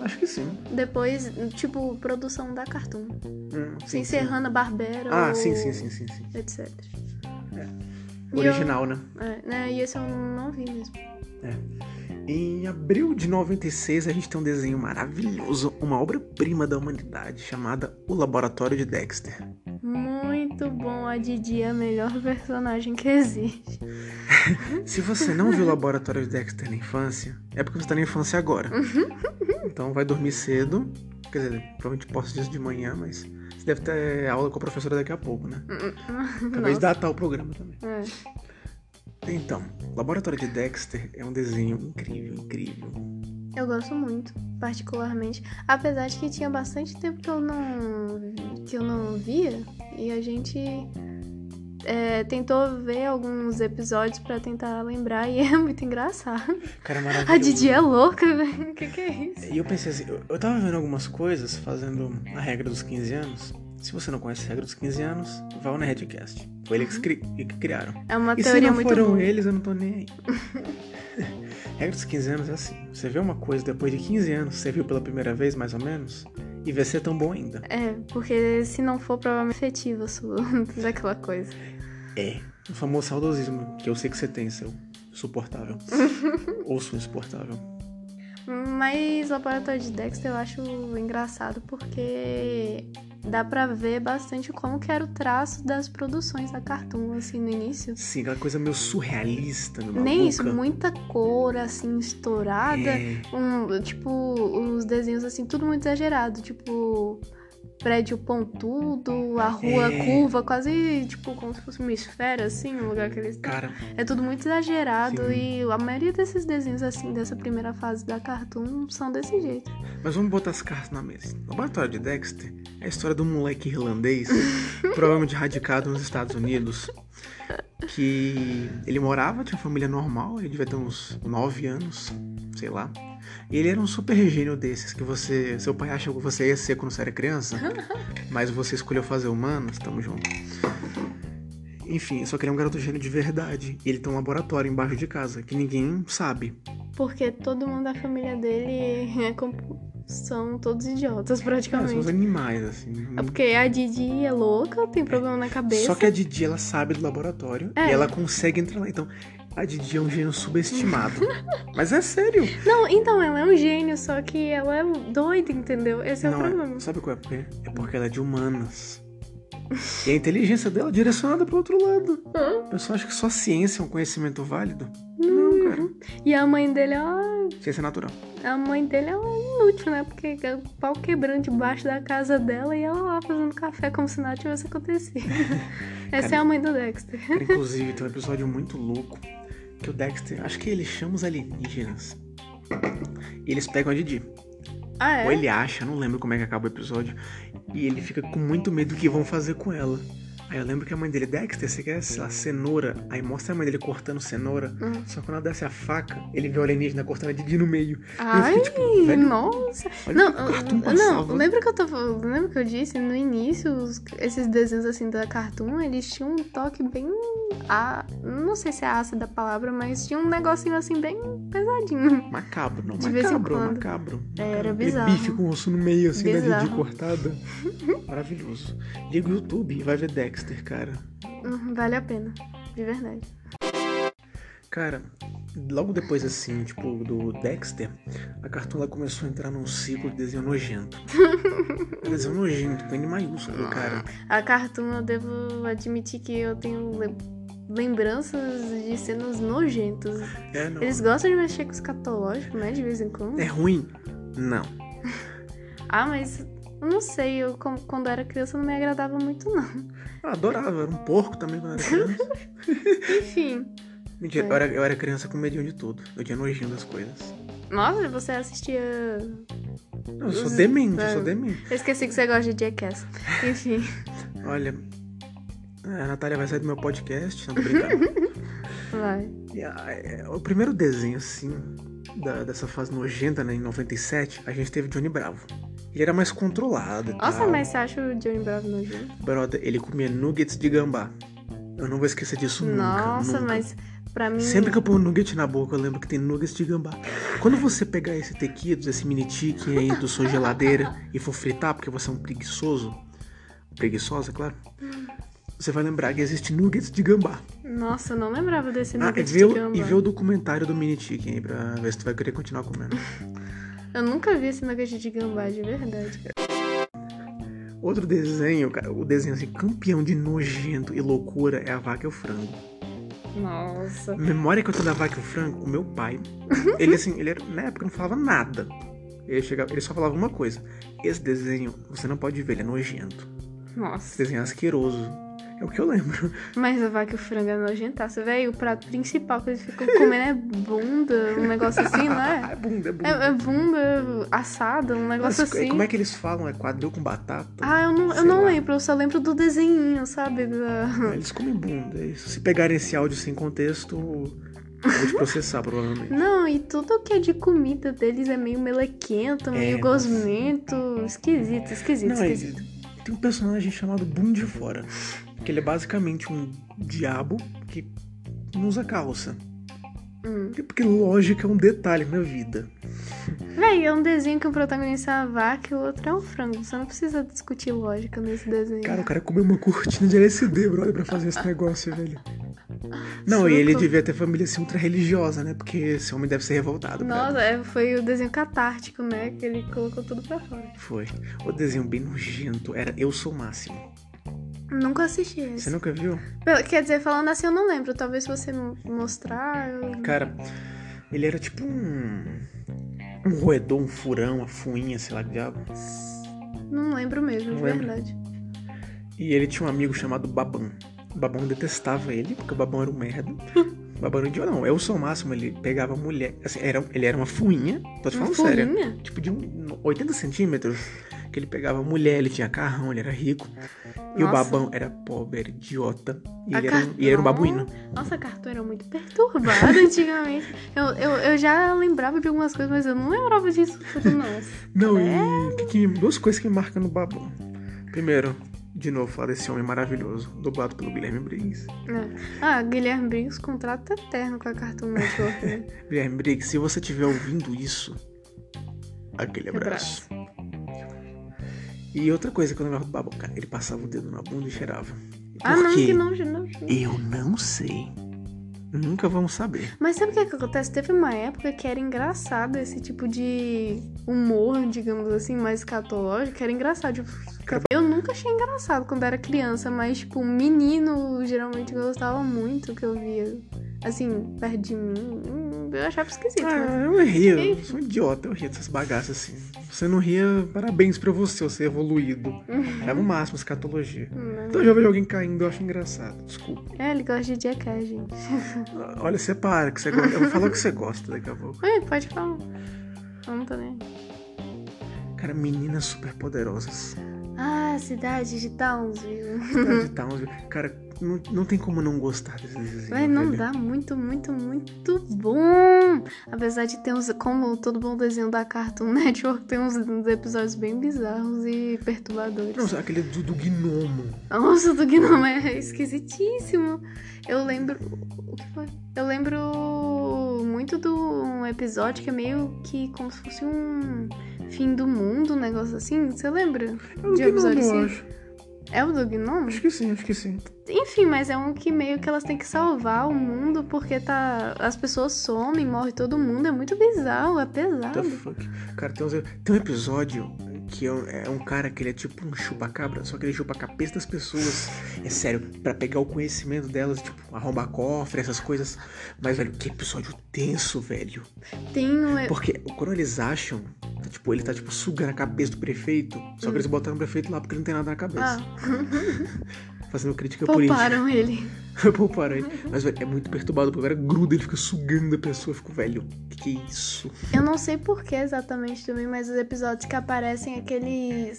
A: Acho que sim.
B: Depois, tipo, produção da Cartoon.
A: Hum,
B: Sem ser Hanna-Barbera
A: Ah,
B: ou
A: sim, sim, sim, sim, sim.
B: etc. E eu-
A: Original, né?
B: é, né, e esse eu não vi mesmo.
A: Em abril de 96, a gente tem um desenho maravilhoso, uma obra-prima da humanidade, chamada O Laboratório de Dexter.
B: Muito bom, a Didi é a melhor personagem que existe. *laughs*
A: Se você não viu o Laboratório de Dexter na infância, é porque você tá na infância agora.
B: Uhum.
A: Então vai dormir cedo. Quer dizer, provavelmente posso disso de manhã, mas você deve ter aula com a professora daqui a pouco, né? Talvez
B: Uhum. Nossa.
A: datar o programa também.
B: É.
A: Então, Laboratório de Dexter é um desenho incrível, incrível.
B: Eu gosto muito, particularmente. Apesar de que tinha bastante tempo que eu não, que eu não via. E a gente é, tentou ver alguns episódios pra tentar lembrar. E *laughs* é
A: *laughs*
B: muito engraçado.
A: Cara, é
B: A
A: maravilhoso.
B: Didi é louca, velho. O que, que é isso?
A: E eu pensei assim, eu, eu tava vendo algumas coisas fazendo a regra dos 15 anos. Se você não conhece a regra dos 15 anos, vá ao Nerdcast. Foi eles que,
B: Uhum.
A: cri- que criaram.
B: É uma
A: E se
B: teoria
A: não
B: muito
A: foram
B: boa.
A: eles, eu não tô nem aí. *laughs* Regra dos 15 anos é assim. Você vê uma coisa depois de 15 anos, você viu pela primeira vez, mais ou menos, e vê ser tão bom ainda.
B: É, porque se não for, provavelmente é efetiva sua *laughs* daquela coisa.
A: É. O famoso saudosismo, que eu sei que você tem, seu
B: *laughs*
A: suportável. Ou sua insuportável.
B: Mas Laboratório de Dexter eu acho engraçado porque dá pra ver bastante como que era o traço das produções da Cartoon, assim, no início.
A: Sim, aquela coisa meio surrealista, meio maluca.
B: Nem isso, muita cor, assim, estourada.
A: É.
B: Um, tipo, os desenhos, assim, tudo muito exagerado. Tipo, prédio pontudo, a rua
A: É.
B: curva, quase, tipo, como se fosse uma esfera, assim, o lugar que eles estão.
A: Cara,
B: É tudo muito exagerado
A: Sim.
B: e a maioria desses desenhos, assim, dessa primeira fase da Cartoon são desse jeito.
A: Mas vamos botar as cartas na mesa. O Laboratório *laughs* de Dexter é a história de um moleque irlandês, provavelmente radicado nos Estados Unidos, que ele morava, tinha uma família normal, ele devia ter uns 9 anos, sei lá. E ele era um super gênio desses que você, seu pai achou que você ia ser quando você era
B: *laughs*
A: criança, mas você escolheu fazer humanos, tamo junto. Enfim, eu só queria um garoto gênio de verdade. E ele tem um laboratório embaixo de casa que ninguém sabe.
B: Porque todo mundo da família dele é compo- são todos idiotas, *laughs*
A: Cara, É, são
B: praticamente.
A: os animais, assim.
B: É porque a Didi é louca, tem problema na cabeça.
A: Só que a Didi, ela sabe do laboratório
B: É.
A: e ela consegue entrar lá. Então, a Didi é um gênio
B: *laughs*
A: subestimado. Mas é sério.
B: Não, então, ela é um gênio, só que ela é doida, entendeu? Esse é o
A: Não,
B: problema.
A: sabe qual é? por quê? É porque ela é de humanas. E a inteligência dela é direcionada pro outro lado.
B: Hã?
A: O pessoal acha que só ciência é um conhecimento válido.
B: Hum.
A: Não, cara.
B: E a mãe dele, ó,
A: Ciência é
B: *laughs*
A: natural.
B: a mãe dele é inútil, né? Porque é o pau quebrando debaixo da casa dela e ela lá fazendo café como se nada tivesse
A: *laughs*
B: acontecido. Essa
A: Cara,
B: é a mãe do Dexter.
A: Cara, inclusive, tem um episódio muito louco que o Dexter, acho que ele chama os alienígenas. E eles pegam a Didi.
B: Ah, é?
A: Ou ele acha, não lembro como é que acaba o episódio. E ele fica com muito medo do que vão fazer com ela. Aí eu lembro que a mãe dele, Dexter, você quer, sei lá, cenoura? Aí mostra a mãe dele cortando cenoura.
B: Hum.
A: Só que quando ela desce a faca, ele vê o alienígena cortando a Didi no meio.
B: Ai,
A: fiquei, tipo, velho,
B: nossa.
A: olha
B: Não,
A: que cartoon
B: eu- não,
A: passava.
B: lembra que eu tava. Lembra que eu disse no início, os- esses desenhos assim da Cartoon, eles tinham um toque bem. A, não sei se é ácido da palavra, mas tinha um negocinho assim bem pesadinho.
A: Macabro, não.
B: De vez em
A: macabro,
B: quando. É,
A: macabro.
B: Era
A: macabro.
B: bizarro.
A: Aquele bife com o osso no meio, assim, da Didi
B: Bizarro. *laughs*
A: cortada. Maravilhoso. Liga o YouTube e vai ver Dexter, cara.
B: Hum, Vale a pena, de verdade.
A: Cara, logo depois assim, tipo, do Dexter, a Cartoon ela começou a entrar num ciclo de desenho nojento. desenho nojento, com N maiúsculo, cara.
B: A Cartoon, eu devo admitir que eu tenho le- lembranças de cenas nojentas.
A: É, não.
B: Eles gostam de mexer com os catológicos, né? De vez em quando.
A: É ruim? Não.
B: Ah, mas eu não sei, eu com- quando era criança não me agradava muito, não. *laughs*
A: Eu adorava, era um porco também quando eu era criança.
B: Enfim.
A: Mentira, eu, era, eu era criança com medinho de tudo. Eu tinha nojinho das coisas.
B: Nossa, você assistia.
A: Não, eu sou demente, eu sou
B: É.
A: demente.
B: Eu esqueci que você gosta de Jackass. Enfim.
A: Olha, a Natália vai sair do meu podcast, não tô brincando.
B: Vai.
A: E a- é, o primeiro desenho, assim, da- dessa fase nojenta, né, em 97, a gente teve Johnny Bravo. Ele era mais controlado e
B: Nossa,
A: tal.
B: mas você acha o Johnny Bravo nojento?
A: Brother, ele comia nuggets de gambá. Eu não vou esquecer disso nunca.
B: Nossa,
A: nunca.
B: mas pra mim.
A: Sempre que eu ponho nugget na boca, eu lembro que tem nuggets de gambá. Quando você pegar esse tequidos, esse mini chicken aí do sua geladeira e for fritar, porque você é um preguiçoso, preguiçosa, claro,
B: Hum.
A: você vai lembrar que existe nuggets de gambá.
B: Nossa, eu não lembrava desse
A: Ah, e
B: nugget
A: vê,
B: de
A: o,
B: gamba.
A: e vê o documentário do mini chicken aí pra ver se tu vai querer continuar comendo.
B: Eu nunca vi esse nugget de gambá, de verdade.
A: Outro desenho, cara, o desenho assim, campeão de nojento e loucura é a vaca e o frango.
B: Nossa.
A: Memória que eu tenho da vaca e o frango, o meu pai,
B: Uhum.
A: ele assim, ele era, na época não falava nada. Ele, chegava, ele só falava uma coisa. Esse desenho, você não pode ver, ele é nojento. Esse
B: Nossa.
A: desenho é asqueroso. É o que eu lembro.
B: Mas a vaca e o frango é nojentaço, velho. O prato principal que eles ficam comendo é bunda, um negócio assim, não é?
A: é bunda, é bunda.
B: É, é bunda assada, um negócio
A: Mas,
B: assim.
A: Como é que eles falam? É quadril com batata?
B: Ah, eu não, eu
A: Sei
B: não
A: lá.
B: lembro, eu só lembro do desenhinho, sabe? Da-
A: Eles comem bunda, é isso. Se pegarem esse áudio sem contexto, eu vou te processar, provavelmente.
B: Não, e tudo que é de comida deles é meio melequento, meio
A: É, nossa.
B: gosmento, esquisito, esquisito,
A: Não,
B: esquisito.
A: ele, tem um personagem chamado Bum de Fora. Que ele é basicamente um diabo que não usa calça.
B: Hum.
A: Porque- Porque lógica é um detalhe na vida.
B: Véi, é um desenho que o protagonista é uma vaca e o outro é um frango. Você não precisa discutir lógica nesse desenho.
A: Cara, o cara comeu uma cortina de LSD, brother, pra fazer esse negócio, velho. Não, e ele
B: Suco.
A: devia ter família assim, ultra religiosa, né? Porque esse homem deve ser revoltado. brother.
B: Nossa, é, foi o desenho catártico, né? Que ele colocou tudo pra fora.
A: Foi. O desenho bem nojento era Eu Sou o Máximo.
B: Nunca assisti
A: Você
B: esse.
A: nunca viu?
B: Pelo- Quer dizer, falando assim, eu não lembro. Talvez se você mo- mostrar. eu-
A: Cara, ele era tipo um. Um roedor, um furão, uma fuinha, sei lá que diabo.
B: Não lembro mesmo, de
A: Não lembra?
B: verdade.
A: E ele tinha um amigo chamado Babão. O Babão detestava ele, porque o Babão era um merda. O Babão era um idiota. Não, eu sou o máximo, ele pegava um, mulher. Assim, era, ele era uma fuinha, tô te
B: Uma
A: falando sério.
B: folhinha?
A: Tipo de um, 80 centímetros. que ele pegava mulher, ele tinha carrão, ele era rico. E o
B: Nossa.
A: babão era pobre, era idiota. E
B: A
A: ele, era um, e ele era um
B: Cartoon-
A: babuíno.
B: Nossa, a Cartoon era muito perturbada antigamente. Eu, eu, eu já lembrava de algumas coisas, mas eu não lembrava disso tudo,
A: *laughs*
B: não. Né?
A: Não, e que- que- duas coisas que me marcam no babão. Primeiro, de novo, falar desse homem maravilhoso, dublado pelo Guilherme Briggs.
B: É. Ah, Guilherme Briggs, contrato eterno com a Cartoon
A: *laughs*
B: Network, né?
A: Guilherme Briggs, se você estiver ouvindo isso, aquele abraço.
B: Abraço.
A: E outra coisa que eu lembrava do babão, cara, ele passava o dedo na bunda e cheirava. Por
B: Ah, não,
A: quê?
B: que não, não, não.
A: Eu não sei. Nunca vamos saber.
B: Mas sabe o que, é que acontece? Teve uma época que era engraçado esse tipo de humor, digamos assim, mais escatológico. Era engraçado. Tipo, ficava- eu nunca achei engraçado quando era criança, mas, tipo, um menino geralmente gostava muito que eu via, assim, perto de mim. Hum, Eu achava esquisito. mas-
A: Ah, eu ria. Eu
B: Enfim.
A: sou um idiota, eu ria dessas bagaças assim. Você não ria, parabéns pra você, você é evoluído.
B: Uhum.
A: Achava o máximo escatologia.
B: Hum,
A: Então eu já vejo alguém caindo, eu acho engraçado. Desculpa.
B: É, ele gosta de Jackass, gente.
A: Ah, Olha, separa que você gosta. Eu vou falar o que você gosta daqui a pouco.
B: É, pode falar. Eu não tô nem. aí.
A: Cara, meninas super poderosas.
B: Ah, cidade de Townsville.
A: Cidade de Townsville. Cara, não, não tem como não gostar desse desenho.
B: Mas não
A: velho.
B: dá muito, muito, muito bom. Apesar de ter uns. Como todo bom desenho da Cartoon *laughs* Network, tem uns, uns episódios bem bizarros e perturbadores.
A: Não, só aquele do, do gnomo.
B: Nossa, do Gnome é esquisitíssimo. Eu lembro. O que foi? Eu lembro muito do um episódio que é meio que como se fosse um fim do mundo, um negócio assim. Você lembra?
A: É o
B: De episódio
A: gnomo, eu
B: sim.
A: acho.
B: É o do Gnome?
A: Acho que sim, acho que sim.
B: Enfim, mas é um que meio que elas têm que salvar o mundo porque tá as pessoas somem, morre todo mundo, é muito bizarro, é
A: What the
B: pesado.
A: fuck? Cara, tem, uns- tem um episódio que é um, é um cara que ele é tipo um chupacabra, só que ele chupa a cabeça das pessoas. É sério, pra pegar o conhecimento delas, tipo, arrombar cofre, essas coisas. Mas, velho, que episódio tenso, velho.
B: Tem um e-
A: Porque quando eles acham, tá, tipo, ele tá tipo sugando a cabeça do prefeito, só que eles botaram o prefeito lá porque ele não tem nada na
B: ah,
A: cabeça. Fazendo crítica política.
B: pouparam ele.
A: *laughs* Pouparam ele. Mas, velho, é muito perturbado, porque o cara gruda, ele fica sugando a pessoa, eu fico, velho, que que é isso?
B: Eu não sei por que exatamente também, mas os episódios que aparecem aqueles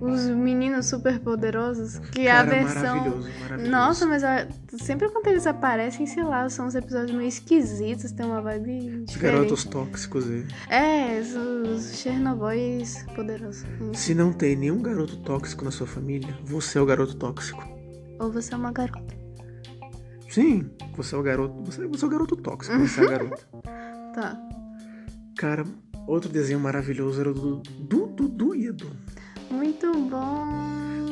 B: os meninos super poderosos, que é a
A: cara,
B: versão
A: maravilhoso, maravilhoso.
B: nossa, mas eu- sempre quando eles aparecem, sei lá, são uns episódios meio esquisitos, tem uma vibe
A: Os
B: diferente.
A: garotos tóxicos aí.
B: É, os Chernobyls poderosos.
A: Se não tem nenhum garoto tóxico na sua família, você é o garoto tóxico.
B: Ou você é uma garota.
A: Sim, você é o garoto. Você, você é o garoto tóxico, você é a
B: *laughs*
A: garota.
B: Tá.
A: Cara, outro desenho maravilhoso era o do Dudu do, do e Edu.
B: Muito bom.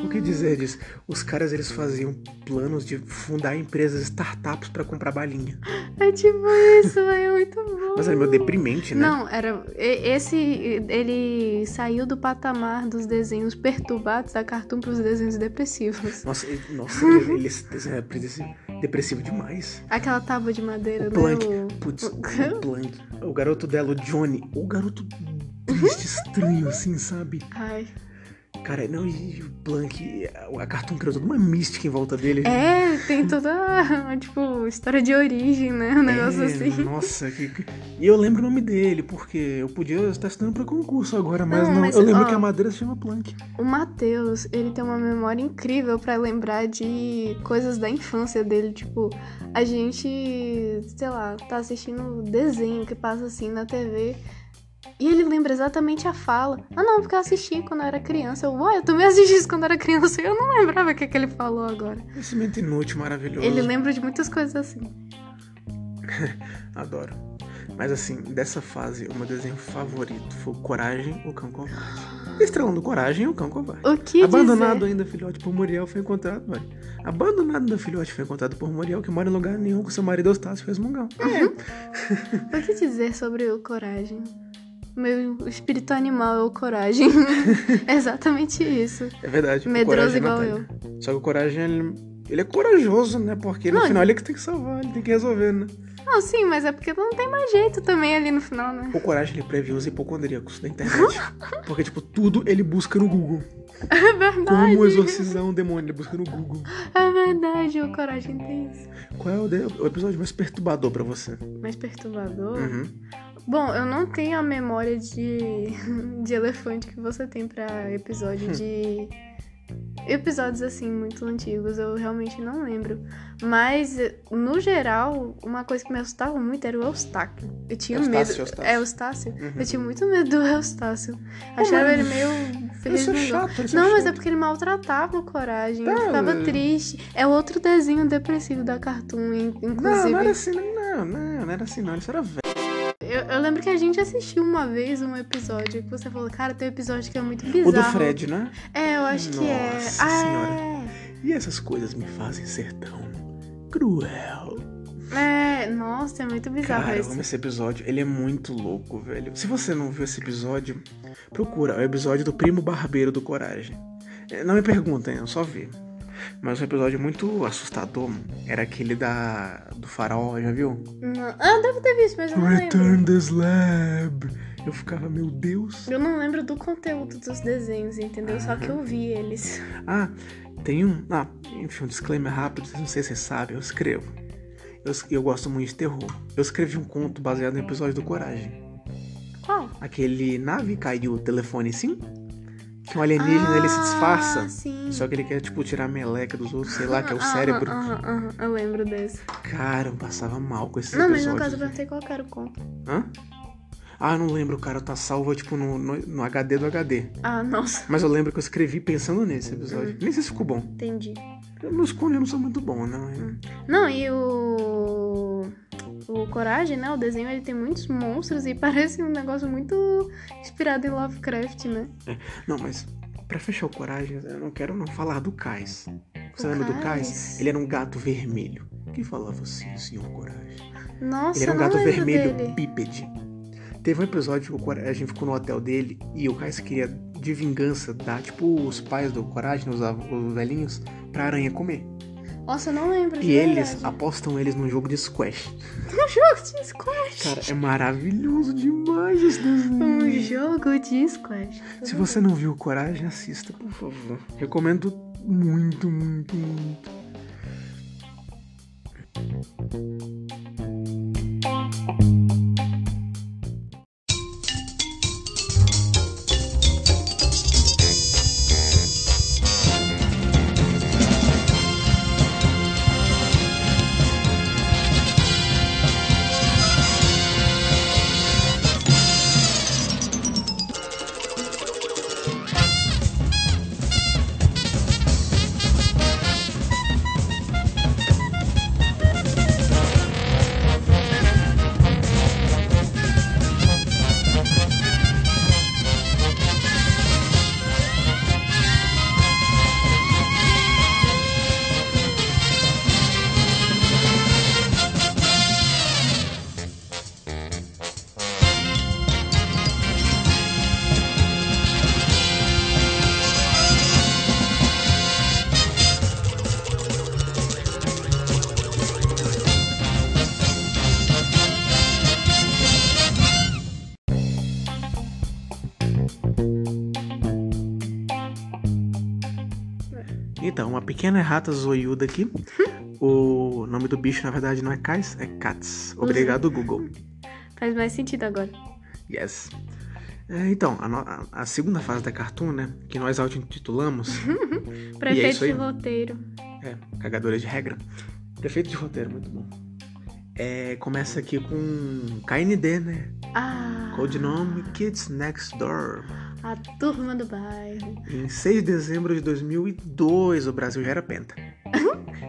A: O que dizer disso? Os caras eles faziam planos de fundar empresas startups pra comprar balinha.
B: É tipo isso, véi, é muito bom.
A: Mas era meio deprimente, né?
B: Não, era. e- Esse. Ele saiu do patamar dos desenhos perturbados da Cartoon pros desenhos depressivos.
A: Nossa, ele- nossa ele, ele- esse desenho era depressivo, depressivo demais.
B: Aquela tábua de
A: O
B: madeira, né?
A: Plank.
B: O-
A: Putz, o Blank. O garoto dela, o Johnny. O garoto triste, estranho, assim, sabe?
B: Ai.
A: Cara, não, e o Blank, a Cartoon criou toda uma mística em volta dele.
B: É, tem toda. Tipo, história de origem, né? Um negócio
A: É,
B: assim.
A: Nossa, que, que- e eu lembro o nome dele, porque eu podia estar estudando pra concurso agora, mas
B: Não,
A: não.
B: mas,
A: eu lembro
B: ó.
A: que a madeira se chama Plank.
B: O Matheus, ele tem uma memória incrível pra lembrar de coisas da infância dele. Tipo, a gente, sei lá, tá assistindo um desenho que passa assim na TV. E ele lembra exatamente a fala. Ah, não, porque eu assisti quando eu era criança. Eu, uai, eu também assisti isso quando eu era criança e eu não lembrava o que, que ele falou agora.
A: Conhecimento inútil, maravilhoso.
B: Ele lembra de muitas coisas assim.
A: Adoro. Mas assim, dessa fase, o meu desenho favorito foi o Coragem, o Cão Covarde. Estrelando Coragem, o Cão Covarde.
B: O que
A: Abandonado
B: dizer?
A: ainda, filhote, por Muriel foi encontrado, velho. Abandonado ainda, filhote, foi encontrado por Muriel, que mora em lugar nenhum com seu marido Eustácio, fez mungão.
B: Uhum. O que dizer sobre o coragem? Meu espírito animal é o coragem. *laughs* é exatamente isso.
A: É verdade. o
B: Medroso
A: Coragem
B: igual
A: mata
B: eu.
A: ele. Só que o Coragem, ele, ele é corajoso, né? Porque no
B: Não,
A: final ele é que tem que salvar, ele tem que resolver, né?
B: Não, sim, mas é porque não tem mais jeito também ali no final, né?
A: O Coragem, ele previu os hipocondríacos da internet. Porque, tipo, tudo ele busca no Google.
B: *laughs* É verdade.
A: Como exorcizar um demônio, ele busca no Google.
B: É verdade, o coragem tem isso.
A: Qual é o, de- o episódio mais perturbador pra você?
B: Mais perturbador.
A: Uhum.
B: Bom, eu não tenho a memória de, *laughs* de elefante que você tem pra
A: *laughs*
B: episódio de. Episódios assim, muito antigos, eu realmente não lembro. Mas, no geral, uma coisa que me assustava muito era o Eustáquio. Eu tinha
A: Eustácio,
B: medo.
A: Eustácio.
B: É Eustácio?
A: Uhum.
B: Eu tinha muito medo do Eustácio. Achava
A: mas
B: ele meio. Feliz
A: Isso é
B: do mundo.
A: chato, isso
B: Não,
A: é
B: mas é
A: chato.
B: porque ele maltratava o Coragem.
A: Tá,
B: eu ficava
A: mas-
B: triste. É outro desenho depressivo da Cartoon, in-
A: Não,
B: inclusive.
A: não era assim, não, não, não, não era assim, não. Isso era velho.
B: eu, eu lembro que a gente assistiu uma vez um episódio que você falou, cara, tem um episódio que é muito bizarro.
A: O do Fred, né?
B: É, eu acho que é.
A: Nossa
B: ah,
A: E essas coisas me fazem ser tão cruel.
B: É, é. nossa, é muito bizarro
A: Cara, eu
B: esse.
A: amo esse episódio. Ele é muito louco, velho. Se você não viu esse episódio, procura. É o episódio do Primo Barbeiro do Coragem. É, Não me perguntem, eu só vi. Mas um episódio muito assustador era aquele da do faraó, já viu?
B: Não- Ah, eu devo ter visto, mas eu não lembro.
A: Return the Slab. Eu ficava, meu Deus.
B: Eu não lembro do conteúdo dos desenhos, entendeu? Só que eu vi
A: *laughs*
B: eles.
A: Ah, tem um. Ah, enfim, um disclaimer rápido, não sei se vocês sabem, eu escrevo. Eu, es- eu gosto muito de terror. Eu escrevi um conto baseado no episódio do Coragem.
B: Qual?
A: Aquele nave caiu, telefone sim? Que um alienígena ele se disfarça.
B: Ah, sim.
A: Só que ele quer, tipo, tirar a meleca dos outros, sei lá, que é o
B: Ah, ah,
A: cérebro.
B: ah, ah, ah, eu lembro desse.
A: Cara, eu passava mal com esses
B: Não, mas
A: episódios.
B: no caso eu perguntei qual que era o conto.
A: Hã? Ah, eu não lembro, cara. Tá salvo, tipo, no, no, no HD do HD.
B: Ah, *laughs* nossa,
A: Mas eu lembro que eu escrevi pensando nesse episódio. Nem sei se ficou bom.
B: entendi.
A: Eu- Meus cones eu não são muito bons, não. Eu-
B: Não, e o. O Coragem, né? O desenho ele tem muitos monstros e *laughs* parece um negócio muito inspirado em Lovecraft, né?
A: Não, mas pra fechar o coragem, eu não quero não falar do Cais. Você
B: O
A: lembra do
B: Cais?
A: Cais? Ele era um gato vermelho. Que falava assim, senhor coragem.
B: Nossa,
A: ele era um
B: eu não
A: gato
B: lembro
A: vermelho
B: dele.
A: bípede. Teve um episódio que o Coragem- a gente ficou no hotel dele e o Cais queria, de vingança, dar tipo os pais do Coragem, os, av- os velhinhos, pra aranha comer.
B: Nossa, eu não lembro.
A: E
B: de
A: eles
B: é verdade.
A: apostam eles num jogo de squash.
B: *laughs* Um jogo de squash.
A: Cara, é maravilhoso demais esse desenho.
B: Um jogo de squash.
A: Se você não viu Coragem, assista, por favor. Recomendo muito, muito, muito. Então, uma pequena errata zoiuda aqui. o nome do bicho, na verdade, não é Cais, é Cats. Obrigado, Google.
B: Faz mais sentido agora.
A: Yes. É, então, a, no- a- a segunda fase da Cartoon, né? Que nós auto-intitulamos.
B: Pra
A: E é
B: efeito
A: isso aí.
B: de roteiro.
A: É, cagadora de regra. Prefeito de roteiro, muito bom. É, começa aqui com KND, né?
B: Ah.
A: Codinome Kids Next Door.
B: A turma do bairro.
A: Em 6 de dezembro de 2002, o Brasil já era penta.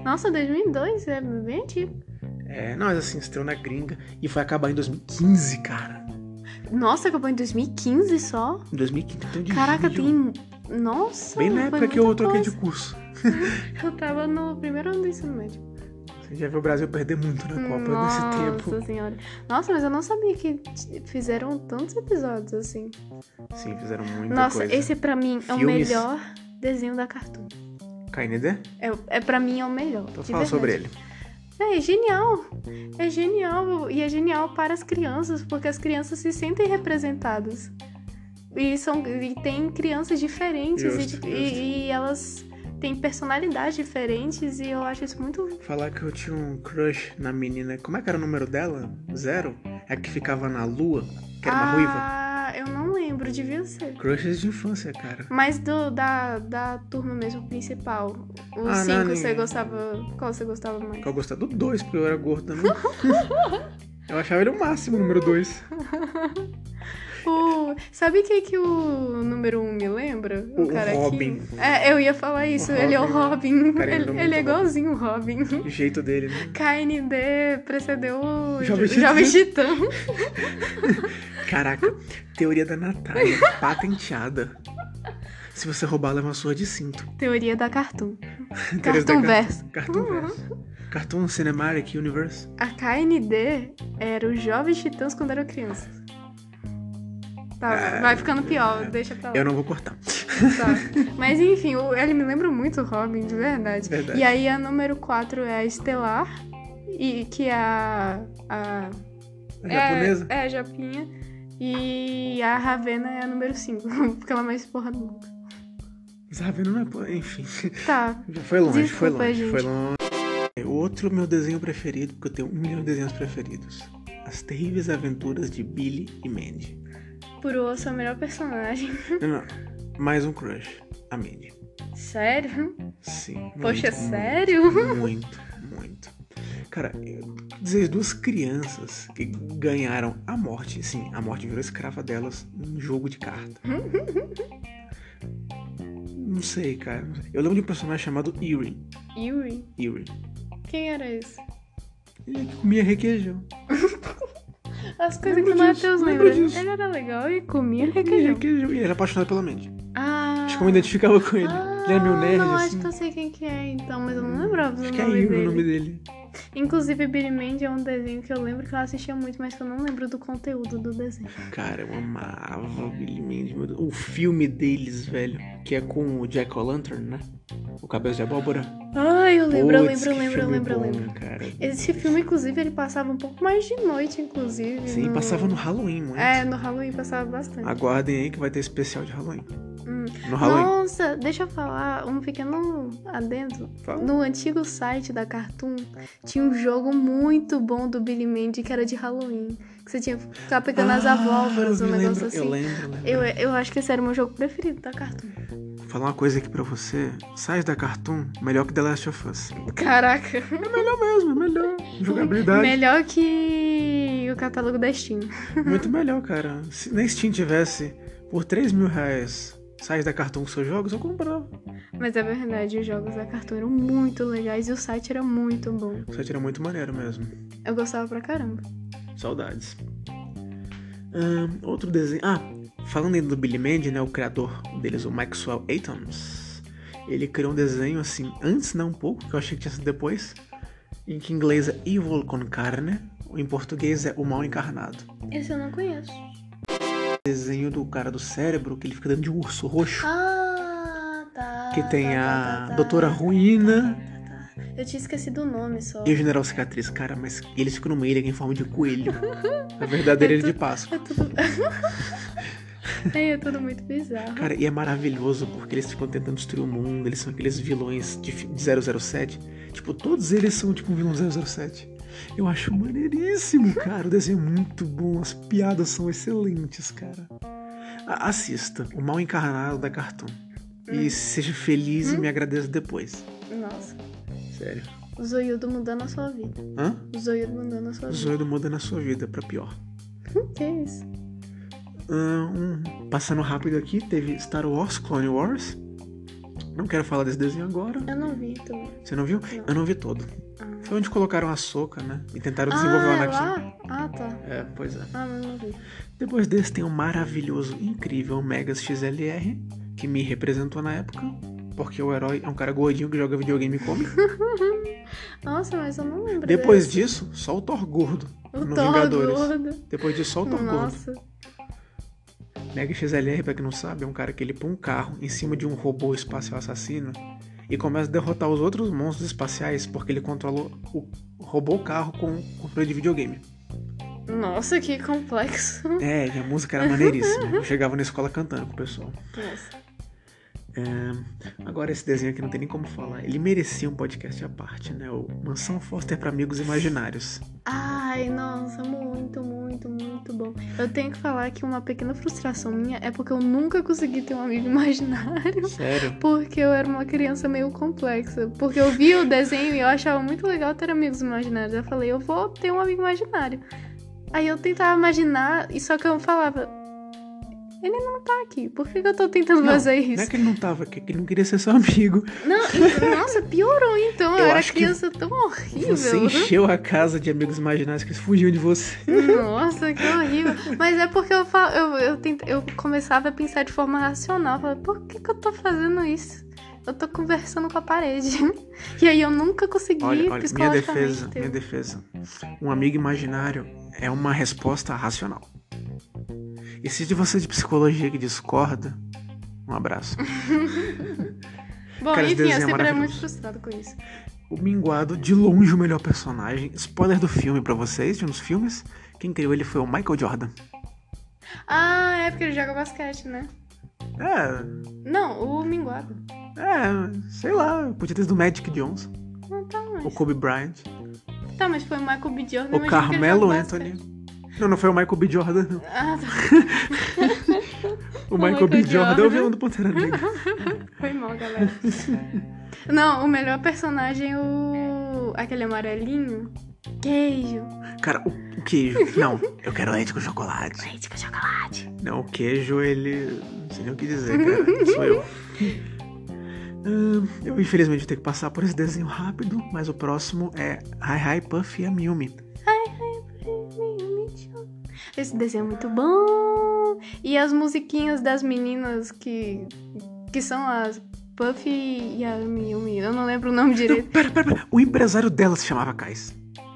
B: Nossa, 2002 é bem antigo.
A: É, não, mas assim, estreou na gringa e foi acabar em 2015, cara.
B: Nossa, acabou em 2015 só?
A: Em 2015, então de
B: Caraca,
A: julho.
B: tem. Nossa!
A: Bem na
B: foi
A: época que eu
B: muita
A: troquei
B: coisa.
A: de curso.
B: Eu tava no primeiro ano do ensino médio.
A: Você já viu o Brasil perder muito na Copa
B: Nossa
A: nesse tempo.
B: senhora. Nossa, mas eu não sabia que t- fizeram tantos episódios assim.
A: Sim, fizeram muita
B: Nossa,
A: coisa.
B: esse pra mim é o
A: Filmes.
B: melhor desenho da Cartoon.
A: KND?
B: É, é pra mim é o melhor.
A: Então
B: de
A: fala sobre
B: verdade.
A: ele.
B: É, é genial. É genial. E é genial para as crianças, porque as crianças se sentem representadas. E, são, e tem crianças diferentes. e-
A: Justo, justo.
B: e, e elas têm personalidades diferentes. E eu acho isso muito.
A: Falar que eu tinha um crush na menina. Como é que era o número dela? Zero? A que ficava na lua, que era uma ruiva.
B: Ah, eu não lembro, devia ser.
A: Crushes de infância, cara.
B: Mas do, da, da turma mesmo principal, os
A: Ah, não,
B: cinco
A: nem-
B: você gostava. Qual você gostava mais?
A: Eu gostava do 2, porque eu era gordo
B: *laughs*
A: também. eu achava ele o máximo, o número 2.
B: O- sabe o que, que o número um me lembra?
A: O Robin.
B: É, eu ia falar isso,
A: O
B: ele é o
A: Robin, né?
B: Robin.
A: Cara, ele
B: Ele,
A: lembra
B: ele é
A: muito o Robin.
B: igualzinho o Robin.
A: O jeito dele, né?
B: KND precedeu o
A: Jovem
B: Jovem,
A: Titã.
B: Titã.
A: Caraca, teoria da
B: *laughs*
A: Natália, patenteada. Se você roubar, leva uma surra de cinto.
B: Teoria da Cartoon.
A: Teoria da Car-
B: Cartoon Verso. Uhum.
A: Cartoon Verso. Cartoon Cinematic Universe.
B: A KND era os Jovens Titãs quando eram crianças. Tá,
A: Ah,
B: vai ficando pior, deixa pra lá.
A: Eu não vou cortar. *laughs*
B: Tá. Mas enfim, o- ele me lembra muito o Robin, de verdade.
A: Verdade.
B: E aí a número 4 é a Estelar, e que é a. a
A: É *laughs* japonesa?
B: É, é a Japinha. E a Ravena é a número 5, *laughs* porque ela é mais porra nunca.
A: Sabe, não é. po- Enfim.
B: Tá.
A: Já foi longe, foi
B: Desculpa,
A: longe,
B: gente.
A: foi longe. Outro meu desenho preferido, porque eu tenho um milhão de desenhos preferidos. As Terríveis Aventuras de Billy e Mandy.
B: Puro é o melhor personagem. *laughs*
A: Não, não. Mais um crush. A Mandy.
B: Sério?
A: Sim.
B: Poxa,
A: muito,
B: sério?
A: Muito, muito. Cara, eu dizer duas crianças que ganharam a morte, sim, a morte virou escrava delas num jogo de carta. não sei, cara. não sei. Eu lembro de um personagem chamado Eerie.
B: Yuri?
A: Eerie.
B: Quem era esse?
A: Ele que comia requeijão.
B: As coisas
A: Lembro
B: que o Matheus
A: disso, lembro
B: lembra.
A: disso.
B: Ele era legal e comia
A: Comia
B: requeijão.
A: requeijão. E ele era apaixonado pela mente.
B: Ah.
A: Acho que eu me identificava com ele.
B: Ah,
A: ele era meio nerd,
B: não,
A: assim.
B: acho que eu sei quem que é, então, mas eu não lembrava do
A: Acho que é
B: nome
A: Eerie
B: dele.
A: o nome dele.
B: Inclusive, Billy Mandy é um desenho que eu lembro que eu assistia muito, mas que eu não lembro do conteúdo do desenho.
A: Cara, eu amava o Billy Mandy. meu Deus. O filme deles, velho. Que é com o Jack O'Lantern, né? O cabelo de abóbora.
B: Ai, eu lembro, eu
A: Puts,
B: lembro, eu
A: que
B: lembro, eu
A: filme
B: lembro, eu
A: bom,
B: lembro.
A: Cara.
B: Esse filme, inclusive, ele passava um pouco mais de noite, inclusive.
A: Sim, passava no Halloween, muito.
B: É, no Halloween passava bastante.
A: Aguardem aí que vai ter especial de Halloween.
B: Hum.
A: No Halloween.
B: Nossa, deixa eu falar um pequeno adendo.
A: Fala.
B: No antigo site da Cartoon tinha um jogo muito bom do Billy Mandy que era de Halloween. Que você tinha que ficar pegando as
A: Ah,
B: abóboras,
A: eu
B: um
A: me
B: negócio
A: lembro,
B: assim.
A: Eu lembro, eu lembro.
B: Eu, eu acho que esse era o meu jogo preferido da Cartoon.
A: Vou falar uma coisa aqui pra você. Sais da Cartoon, melhor que The Last of Us.
B: Caraca.
A: É mesmo, é melhor. Jogabilidade,
B: Melhor que o catálogo da Steam.
A: muito melhor, cara. Se na Steam tivesse por 3 mil reais sais da Cartoon com seus jogos, eu comprava.
B: Mas é verdade, os jogos da Cartoon eram muito legais e o site era muito bom.
A: Só tira muito maneiro mesmo.
B: Eu gostava pra caramba.
A: Saudades. Ahn, outro desenho. Ah, falando ainda do Billy Mandy, né? O criador deles, o Maxwell Atoms. Ele criou um desenho assim, antes não um pouco, que eu achei que tinha sido depois. Em que em inglês é Evil con Carne, em português é O Mal Encarnado.
B: Esse eu não conheço.
A: Desenho do cara do cérebro, que ele fica dentro de um urso roxo.
B: Ah, tá.
A: Que tem a Doutora Ruína.
B: tá, tá. Eu tinha esquecido o nome só.
A: E o General Cicatriz, cara, mas eles ficam numa ilha em é forma de coelho. A verdadeira ilha de Páscoa.
B: É tudo. *laughs* é, é tudo muito bizarro.
A: Cara, e é maravilhoso porque eles ficam tentando destruir o mundo, eles são aqueles vilões de, fi- de 007. Tipo, todos eles são tipo um vilão 007. Eu acho maneiríssimo, cara. O desenho é muito bom, as piadas são excelentes, cara. A- assista O Mal Encarnado da Cartoon. E seja feliz e me agradeça depois.
B: Nossa.
A: Sério.
B: O Zoiudo mudando a sua vida.
A: Hã?
B: O Zoiudo mudando a sua
A: O
B: vida.
A: zoido muda é na sua vida, pra pior.
B: Que isso?
A: Ahn, um- passando rápido aqui, teve Star Wars, Clone Wars. Não quero falar desse desenho agora.
B: Eu não vi também.
A: Você não viu?
B: Não.
A: Eu não vi todo.
B: Ah.
A: Foi onde colocaram a soca, né? E tentaram desenvolver o
B: ah, é
A: Anakin.
B: lá? Ah, tá.
A: É, pois é.
B: Ah, mas não vi.
A: Depois desse tem o maravilhoso, incrível Megas XLR, que me representou na época. Porque o herói é um cara gordinho que joga videogame
B: *laughs*
A: cômico.
B: Nossa, mas eu não lembro.
A: Depois
B: desse.
A: disso, só o Thor gordo.
B: O
A: no
B: Thor
A: Vingadores.
B: gordo.
A: Depois disso, só o Thor gordo.
B: Nossa.
A: Mega XLR, pra quem não sabe, é um cara que ele põe um carro em cima de um robô espacial assassino e começa a derrotar os outros monstros espaciais porque ele controlou o roubou o carro com o controle de videogame.
B: Nossa, que complexo.
A: É, e a música era maneiríssima. Eu chegava na escola cantando com o pessoal.
B: Nossa.
A: É, agora esse desenho aqui não tem nem como falar. Ele merecia um podcast à parte, né? O Mansão Foster pra Amigos Imaginários.
B: Ai, nossa, muito, muito, muito bom. Eu tenho que falar que uma pequena frustração minha é porque eu nunca consegui ter um amigo *laughs* imaginário.
A: Sério?
B: Porque eu era uma criança meio complexa. Porque eu via o desenho e eu achava muito legal ter amigos imaginários. Eu falei, eu vou ter um amigo imaginário. Aí eu tentava imaginar, e só que eu falava. Ele não tá aqui. Por que, que eu tô tentando fazer isso?
A: Não é que ele não tava, aqui, é que ele não queria ser seu amigo.
B: Não, e- nossa, piorou então. Eu,
A: Eu
B: era
A: acho que
B: criança tão horrível.
A: Você encheu a casa de amigos imaginários que fugiam de você.
B: Nossa, que horrível. Mas é porque eu, fal- eu, eu, tenta- eu começava a pensar de forma racional. Eu Falava, por que, que eu tô fazendo isso? Eu tô conversando com a parede. *laughs* E aí eu nunca consegui
A: Olha, olha, minha
B: psicologicamente.
A: defesa,
B: ter-
A: minha defesa. Um amigo imaginário é uma resposta racional. E se de você de psicologia que discorda, um abraço.
B: Bom,
A: Cara, esse
B: enfim,
A: desenho é
B: eu sempre era muito
A: maravilhoso.
B: frustrada com isso.
A: O Minguado, de longe o melhor personagem. Spoiler do filme pra vocês, de um dos filmes. Quem criou ele foi o Michael Jordan.
B: Ah, é porque ele joga basquete, né?
A: É,
B: Não, o minguado.
A: é, sei lá, podia ter sido o Magic Johnson,
B: Não tá, mas...
A: o Kobe Bryant,
B: Tá, mas foi o Michael B. Jordan.
A: o
B: imagina que ele joga
A: Carmelo
B: basquete.
A: Anthony. Não, não foi o Michael B. Jordan, não.
B: Ah, tá.
A: O, Michael, B. Jordan é o vilão do Pantera Negra.
B: Foi mal, galera. *laughs* Não, o melhor personagem é o... Aquele amarelinho. Queijo.
A: Cara, o o queijo. Não, eu quero leite com chocolate.
B: Leite com chocolate.
A: Não, o queijo, ele. Não sei nem o que dizer, cara. Sou eu. Ahn, eu, infelizmente, vou ter que passar por esse desenho rápido, mas o próximo é Hi Hi Puff e a Miumi.
B: Esse desenho é muito bom. E as musiquinhas das meninas que... Que são as Puffy e a Miyumi. Eu não lembro o nome direito.
A: Pera, pera, pera. O empresário dela se chamava Kais.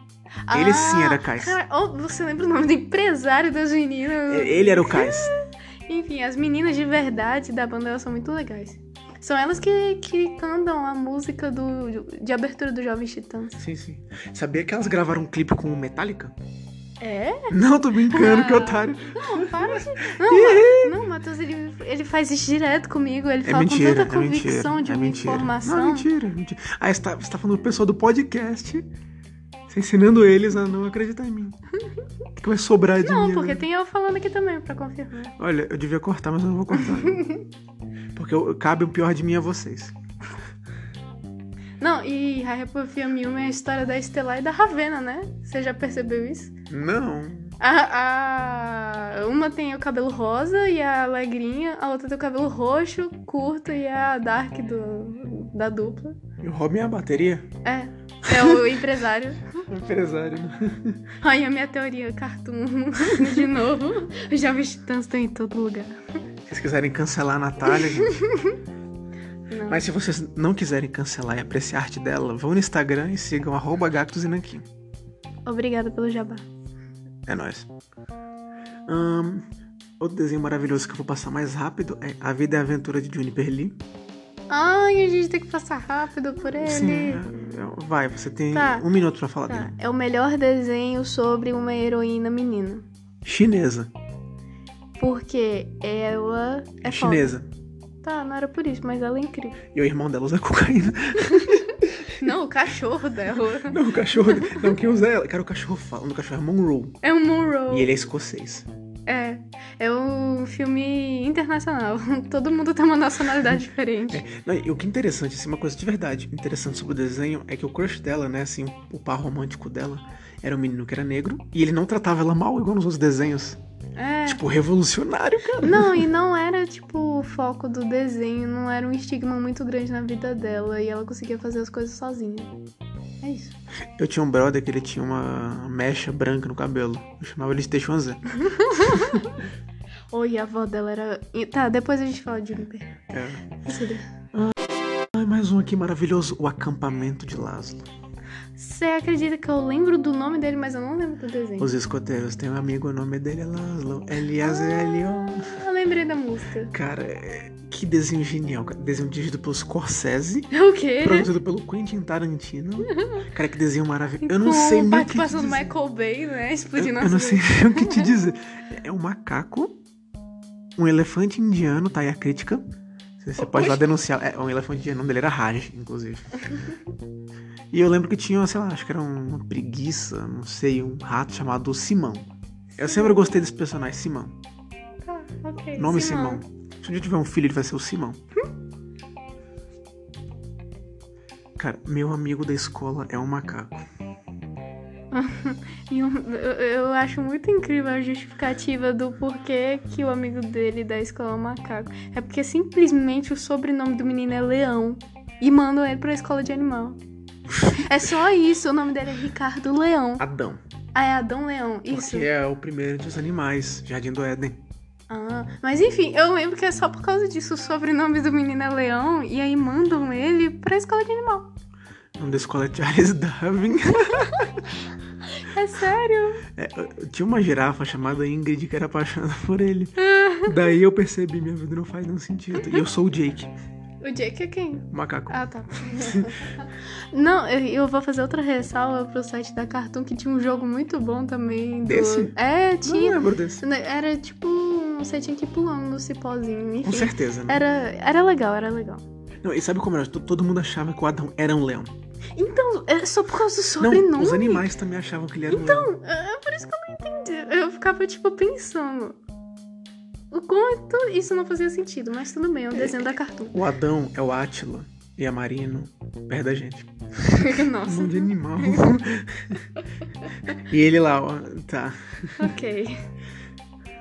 A: *laughs* Ele sim era Kais.
B: cara, oh, você lembra o nome do empresário das meninas?
A: E- É, Ele é- era o Kais.
B: Enfim, as meninas de verdade da banda elas são muito legais. São elas que, que cantam a música do, de abertura do Jovem Titãs.
A: Sim, sim. Sabia que elas gravaram um clipe com o Metallica?
B: É?
A: Não, tô brincando, que
B: Ah.
A: otário.
B: Não,
A: *laughs*
B: para de. Não, Ma- não Matheus, ele, ele faz isso direto comigo. Ele
A: É
B: fala
A: mentira,
B: com
A: é
B: tanta convicção
A: mentira.
B: de
A: é
B: uma
A: mentira.
B: informação.
A: Não, é mentira, é mentira. Ah, você tá, você tá falando do pessoal do podcast. Você ensinando eles a não acreditar em mim. O que vai sobrar de
B: Não,
A: mim?
B: porque
A: agora?
B: tem eu falando aqui também pra confirmar.
A: Olha, eu devia cortar, mas eu não vou
B: *laughs*
A: cortar. porque eu- cabe o pior de mim a vocês.
B: Não, e Hyperfia Milma é a história da Estelar e da Ravena, né? Você já percebeu isso?
A: Não.
B: A, a- Uma tem o cabelo rosa e a alegrinha, a outra tem o cabelo roxo, curto e é a dark do, da dupla.
A: E o Robin é a bateria?
B: É, é
A: *laughs*
B: o empresário.
A: O empresário. né?
B: Ai, a minha teoria, cartoon, *laughs* de novo. Os jovens titãs estão em todo lugar.
A: Se vocês quiserem cancelar a Natália, gente.
B: Não.
A: Mas se vocês não quiserem cancelar e apreciar a arte dela, vão no Instagram e sigam arroba Gactos e Nanquim.
B: Obrigada pelo jabá.
A: É nóis. Ahn, outro desenho maravilhoso que eu vou passar mais rápido é A Vida e a Aventura de Juniper Lee.
B: Ai, a gente tem que passar rápido por ele.
A: é- é- vai, você tem
B: Tá.
A: um minuto pra falar
B: Tá,
A: dele.
B: é o melhor desenho sobre uma heroína menina.
A: Chinesa.
B: Porque ela é foda.
A: chinesa.
B: Tá, não era por isso, mas ela é incrível.
A: E o irmão dela usa *laughs* cocaína.
B: *laughs* Não, o cachorro dela.
A: Não, o cachorro. não, quem usa ela? Cara, o cachorro fala. O nome do cachorro é Monroe.
B: É o Monroe.
A: E ele é escocês.
B: É. É um filme internacional. *laughs* Todo mundo tem uma nacionalidade diferente.
A: Não, e o que é interessante, assim, uma coisa de verdade interessante sobre o desenho é que o crush dela, né, assim, o par romântico dela, era um menino que era negro e ele não tratava ela mal, igual nos outros desenhos.
B: É.
A: Tipo, revolucionário, cara.
B: Não, e não era, tipo, o foco do desenho, não era um estigma muito grande na vida dela e ela conseguia fazer as coisas sozinha. É isso.
A: Eu tinha um brother que ele tinha uma mecha branca no cabelo. Eu chamava ele de Teixuanzé.
B: Oi, a avó dela era. e- Tá, depois a gente fala de Juniper.
A: É.
B: Isso.
A: Ai, mais um aqui maravilhoso. O acampamento de Laszlo.
B: Você acredita que eu lembro do nome dele, mas eu não lembro do desenho?
A: Os escoteiros têm um amigo, o nome dele é Laszlo. L-A-Z-L-O.
B: Ah, lembrei da música. *laughs*
A: Cara, é- que desenho genial. cara. Desenho dirigido pelo Scorsese.
B: É o quê?
A: Produzido pelo Quentin
B: *laughs*
A: Tarantino. Cara, que desenho maravilhoso. Eu não
B: Com
A: sei nem o que te
B: participação do
A: dizer.
B: Michael Bay, né?
A: Eu,
B: Explodindo
A: eu
B: as
A: não
B: coisas.
A: sei nem o que te dizer. É um macaco, um elefante indiano, tá aí a crítica. Você, você pode ir lá denunciar. É, um elefante indiano, o nome dele era Raj,
B: *laughs*
A: inclusive. e eu lembro que tinha, sei lá, acho que era uma preguiça, não sei, um rato chamado Simão. Eu sempre gostei desse personagem, Simão.
B: Tá, ok.
A: Nome Simão. Se um dia eu tiver um filho, ele vai ser o Simão. Cara, meu amigo da escola é um macaco.
B: E um- Eu, eu acho muito incrível a justificativa do porquê que o amigo dele da escola é um macaco. É porque simplesmente o sobrenome do menino é Leão e mandam ele pra escola de animal. É só isso, o nome dele é Ricardo Leão.
A: Adão.
B: Ah, é Adão Leão, isso.
A: Porque é o primeiro dos animais. Jardim do Éden.
B: Ah, mas enfim, eu lembro que é só por causa disso o sobrenome do menino é Leão e aí mandam ele pra escola de animal.
A: O nome da escola é Charles *laughs* Darwin.
B: É sério?
A: É, eu- tinha uma girafa chamada Ingrid que era apaixonada por
B: *laughs*
A: ele. Daí eu percebi, minha vida não faz nenhum sentido. E eu sou o Jake,
B: O Jake é quem?
A: o macaco.
B: Ah, tá. *laughs* Não, eu, eu vou fazer outra ressalva pro site da Cartoon que tinha um jogo muito bom também. Do...
A: Desse?
B: É,
A: não
B: tinha.
A: lembro desse.
B: Era tipo. um- Você tinha que ir pulando no cipózinho,
A: Com
B: enfim.
A: certeza, né?
B: Era, era legal, era legal.
A: Não, e sabe como era? T- Todo mundo achava que o Adão era um leão.
B: Então, é só por causa do sobrenome.
A: Não, os animais também achavam que ele era um leão.
B: Então, é é por isso que eu não entendi. Eu ficava, tipo, pensando. O quanto isso não fazia sentido, mas tudo bem, é um desenho da Cartoon. *laughs*
A: O Adão é o Átila e a Marino perto da gente. Um
B: Nossa.
A: monte de animal. *laughs* e ele lá, ó, tá.
B: ok.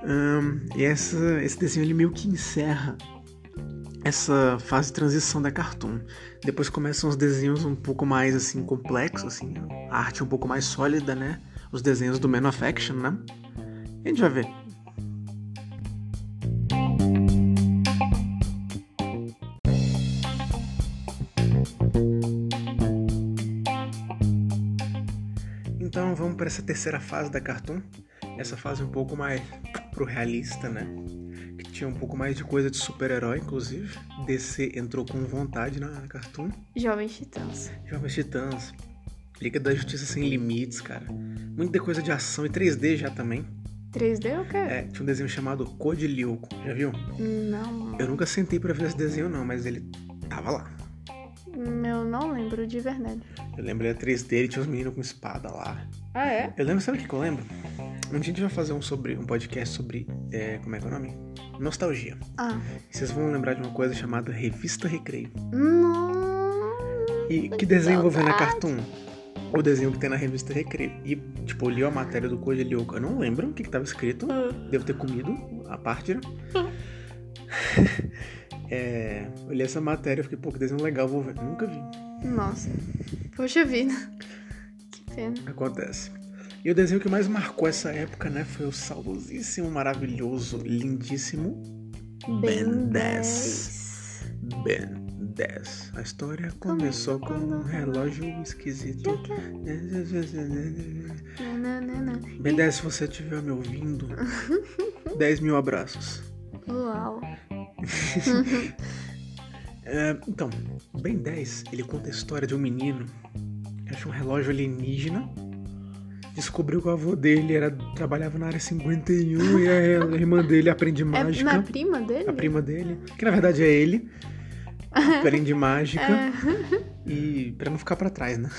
A: Ahn, e essa, esse desenho ele meio que encerra essa fase de transição da Cartoon. Depois começam os desenhos um pouco mais assim complexos, assim, a arte um pouco mais sólida, né? Os desenhos do Man of Action, né? E a gente vai ver. Então vamos para essa terceira fase da Cartoon. Essa fase um pouco mais pro realista, né? Que tinha um pouco mais de coisa de super-herói, inclusive. DC entrou com vontade na Cartoon.
B: Jovens Titãs.
A: Jovens Titãs, Liga da Justiça Sem Limites, cara. Muita coisa de ação e 3D já também.
B: 3D ou quê?
A: É, tinha um desenho chamado Code Lyoko, já viu?
B: Não.
A: Eu nunca sentei pra ver esse desenho não, mas ele tava lá.
B: Eu não lembro de verdade.
A: Eu lembro ele era 3D, ele tinha uns meninos com espada lá.
B: Ah, é?
A: Eu lembro, sabe o que que eu lembro? Um dia a gente vai fazer um, sobre, um podcast sobre, é, como é que é o nome? Nostalgia.
B: Ah.
A: Vocês vão lembrar de uma coisa chamada Revista Recreio.
B: Não.
A: E que desenho eu vou ver na Cartoon? O desenho que tem na revista Recreio. E, tipo, eu li a matéria do Koji Lyoko. Eu não lembro o que, que tava escrito. Devo ter comido a parte. né? *laughs* é, eu li essa matéria e fiquei, pô, que desenho legal, vou ver. Nunca vi.
B: Nossa. Poxa vida. Que pena.
A: Acontece. E o desenho que mais marcou essa época, né, foi o saudosíssimo, maravilhoso, lindíssimo Ben 10. Ben 10. A história começou com um relógio
B: *laughs*
A: esquisito.
B: é? Nananana.
A: Ben 10, se você estiver me
B: *laughs*
A: ouvindo, 10 mil abraços.
B: Uau.
A: É, então, Ben 10, ele conta a história de um menino que achou um relógio alienígena, descobriu que o avô dele era, trabalhava na área 51 e a irmã dele aprende
B: *laughs* É
A: mágica.
B: na prima dele?
A: A prima dele, que na verdade é
B: *laughs*
A: ele, aprende mágica
B: É. Hum.
A: e pra não ficar pra trás, né?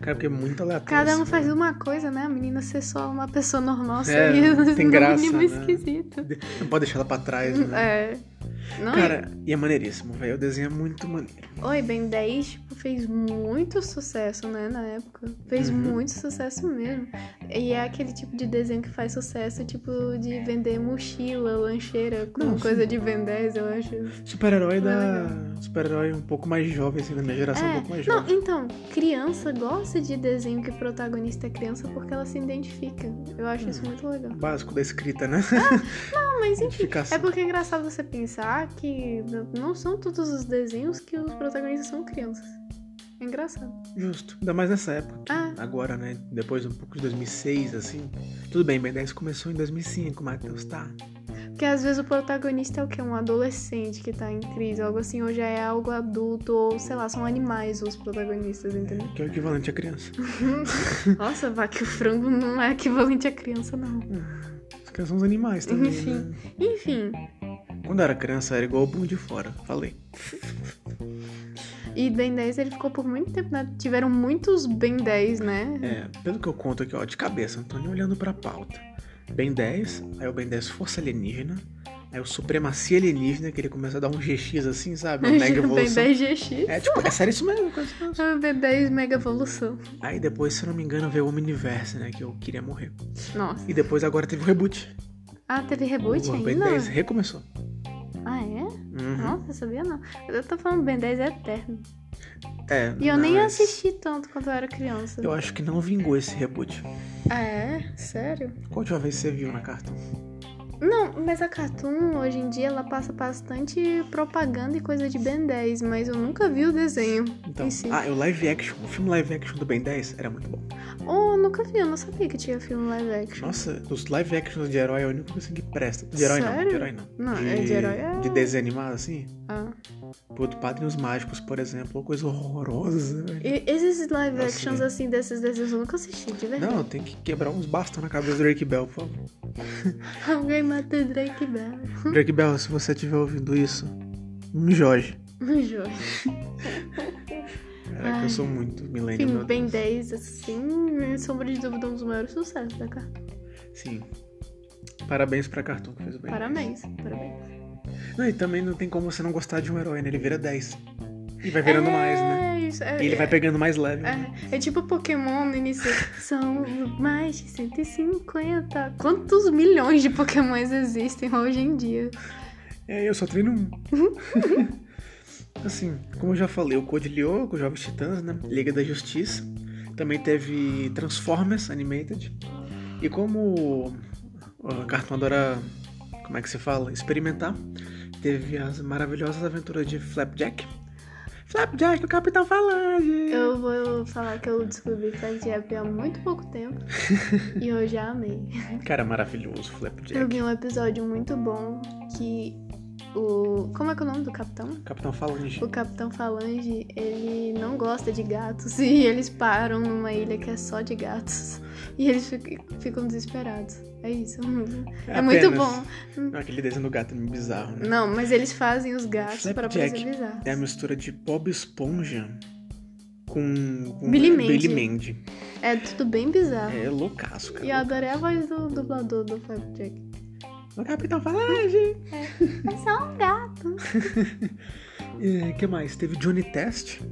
A: Cara, porque é muito aleatório.
B: Cada um
A: assim.
B: faz uma coisa, né? A menina ser só uma pessoa normal
A: É,
B: seria *laughs*
A: tem graça,
B: mínimo
A: né?
B: esquisito.
A: Não pode deixar ela pra trás, né?
B: É. Não,
A: Cara, e é maneiríssimo, velho. O desenho é muito maneiro.
B: Oi, Ben 10 tipo, fez muito sucesso, né, na época. Fez
A: Uhum.
B: muito sucesso mesmo. E é aquele tipo de desenho que faz sucesso, tipo, de vender mochila, lancheira, com
A: Não,
B: coisa de Ben 10, eu acho.
A: Super-herói da.
B: Não,
A: Super-herói um pouco mais jovem, assim, da minha geração, um
B: É,
A: pouco mais
B: não,
A: jovem.
B: então, criança gosta de desenho que o protagonista é criança porque ela se identifica. Eu acho isso
A: Hum.
B: muito legal.
A: Básico da escrita, né?
B: Ah,
A: *laughs*
B: mas enfim,
A: Identificação.
B: é porque é engraçado você pensar que não são todos os desenhos que os protagonistas são crianças. É engraçado.
A: Justo. Ainda mais nessa época.
B: Ah,
A: Agora, né? Depois um pouco de 2006, assim. Tudo bem, Ben 10 começou em 2005, Matheus, tá?
B: Porque às vezes o protagonista é o quê? Um adolescente que tá em crise, algo assim, ou já é algo adulto, ou sei lá, são animais os protagonistas,
A: *laughs*
B: entendeu?
A: Que é o equivalente à criança.
B: Nossa, vá que o frango não é equivalente à criança, não.
A: As crianças são os animais também.
B: Enfim.
A: né?
B: Enfim,
A: Quando eu era criança, era igual o bum de fora. Falei.
B: e Ben 10 ele ficou por muito tempo, né? Tiveram muitos Ben 10, né?
A: É, pelo que eu conto aqui, ó, de cabeça, não tô nem olhando pra pauta. Ben 10, aí o Ben 10 Força Alienígena, aí o Supremacia Alienígena, que ele começa a dar um GX assim, sabe?
B: *laughs*
A: Uma mega
B: Ben
A: evolução.
B: 10 GX.
A: É, tipo, é sério isso mesmo, quase. quase.
B: Ah, Ben 10 Mega Evolução.
A: Aí depois, se eu não me engano, veio o Omniverse, né? Que eu queria morrer.
B: Nossa.
A: E depois agora teve o reboot.
B: Ah, teve reboot
A: o Ben
B: ainda?
A: 10 recomeçou.
B: Ah, é?
A: Uhum.
B: Nossa, eu sabia não. Eu tô falando Ben 10 é eterno.
A: É,
B: E eu nem
A: mas
B: assisti tanto quando eu era criança.
A: Eu acho que não vingou esse reboot.
B: Ah, é? Sério?
A: Qual a última vez que você viu na carta?
B: Não, mas a Cartoon, hoje em dia, ela passa bastante propaganda e coisa de Ben 10, mas eu nunca vi o desenho.
A: Então,
B: Em si.
A: ah, é o live action. O filme live action do Ben 10 era muito bom.
B: Oh, eu nunca vi, eu não sabia que tinha filme live action.
A: Nossa, dos live actions de herói é o único assim que presta. De herói não,
B: Sério?
A: de herói não.
B: Não, é de herói é-
A: De desenho animado, assim.
B: Ah.
A: Puto, Padrinhos Mágicos, por exemplo, uma coisa horrorosa. né, velho.
B: E esses live
A: Nossa,
B: actions,
A: né?
B: assim, desses desenhos, eu nunca assisti, de verdade. *laughs*
A: Não, tem que quebrar uns bastos na cabeça do Drake Bell, por favor.
B: Alguém mata o Drake Bell.
A: Drake Bell, se você estiver ouvindo isso, me Jorge.
B: Joia.
A: Caraca,
B: Ai.
A: eu sou muito milênio.
B: Enfim,
A: meu
B: Ben
A: Deus.
B: 10, assim, sem sombra de dúvida, um dos maiores sucessos da Cartoon.
A: Sim. Parabéns pra Cartoon que fez o Ben 10.
B: Parabéns, parabéns.
A: Não, e também não tem como você não gostar de um herói, né? Ele vira 10. E vai virando
B: é,
A: mais, né?
B: Isso, é,
A: E ele vai pegando mais leve. né?
B: É, é tipo Pokémon no início. São mais de 150. Quantos milhões de Pokémons existem hoje em dia?
A: É, eu só treino um.
B: Uhum.
A: *laughs* assim, como eu já falei, o Code Lyoko, Jovens Titãs, né? Liga da Justiça. Também teve Transformers Animated. E como a Cartoon adora, como é que se fala? Experimentar. Teve as maravilhosas aventuras de Flapjack. Flapjack, o Capitão Falange!
B: Eu vou falar que eu descobri Flapjack há muito pouco tempo e eu já amei.
A: Cara, maravilhoso, Flapjack.
B: Eu vi um episódio muito bom que o. Como é que é o nome do capitão?
A: Capitão Falange.
B: O Capitão Falange, ele não gosta de gatos e eles param numa ilha que é só de gatos. E eles fic- ficam desesperados. É isso. É, muito
A: Apenas-
B: bom.
A: Não, aquele desenho do gato é meio bizarro, né?
B: Não, mas eles fazem os gatos pra
A: Flapjack
B: parecer bizarros.
A: É a mistura de Bob Esponja com, com
B: Billy Mandy.
A: Mandy.
B: É tudo bem bizarro.
A: É loucaço, cara.
B: E eu adorei a voz do dublador do Flapjack.
A: O Capitão Falange!
B: É só um gato.
A: O que mais? Teve Johnny Test.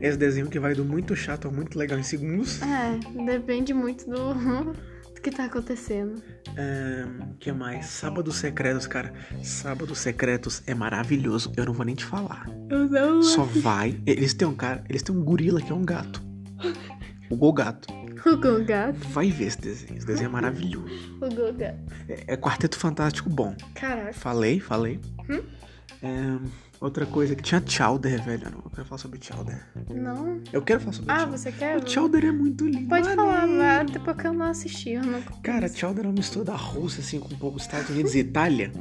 A: Esse desenho que vai do muito chato ao muito legal em segundos.
B: É, depende muito do, do que tá acontecendo.
A: O É, que mais? Sábados Secretos, cara. Sábados Secretos é maravilhoso. Eu não vou nem te falar.
B: Eu não.
A: Só vai. Eles têm um cara. Eles têm um gorila que é um gato. O Golgato.
B: O Gogato.
A: Vai ver esse desenho. Esse desenho é maravilhoso.
B: O Gogato.
A: É, é Quarteto Fantástico bom.
B: Caraca.
A: Falei, falei.
B: Uhum.
A: É, outra coisa que tinha Chowder, velho. Eu não quero falar sobre Chowder.
B: Não?
A: Eu quero falar sobre
B: Ah,
A: Chowder.
B: você quer?
A: O Chowder é muito lindo.
B: Pode
A: né?
B: falar, mas até porque eu não assisti. Eu não...
A: Cara, Chowder é uma mistura da Rússia, assim, com um pouco dos Estados Unidos e Itália.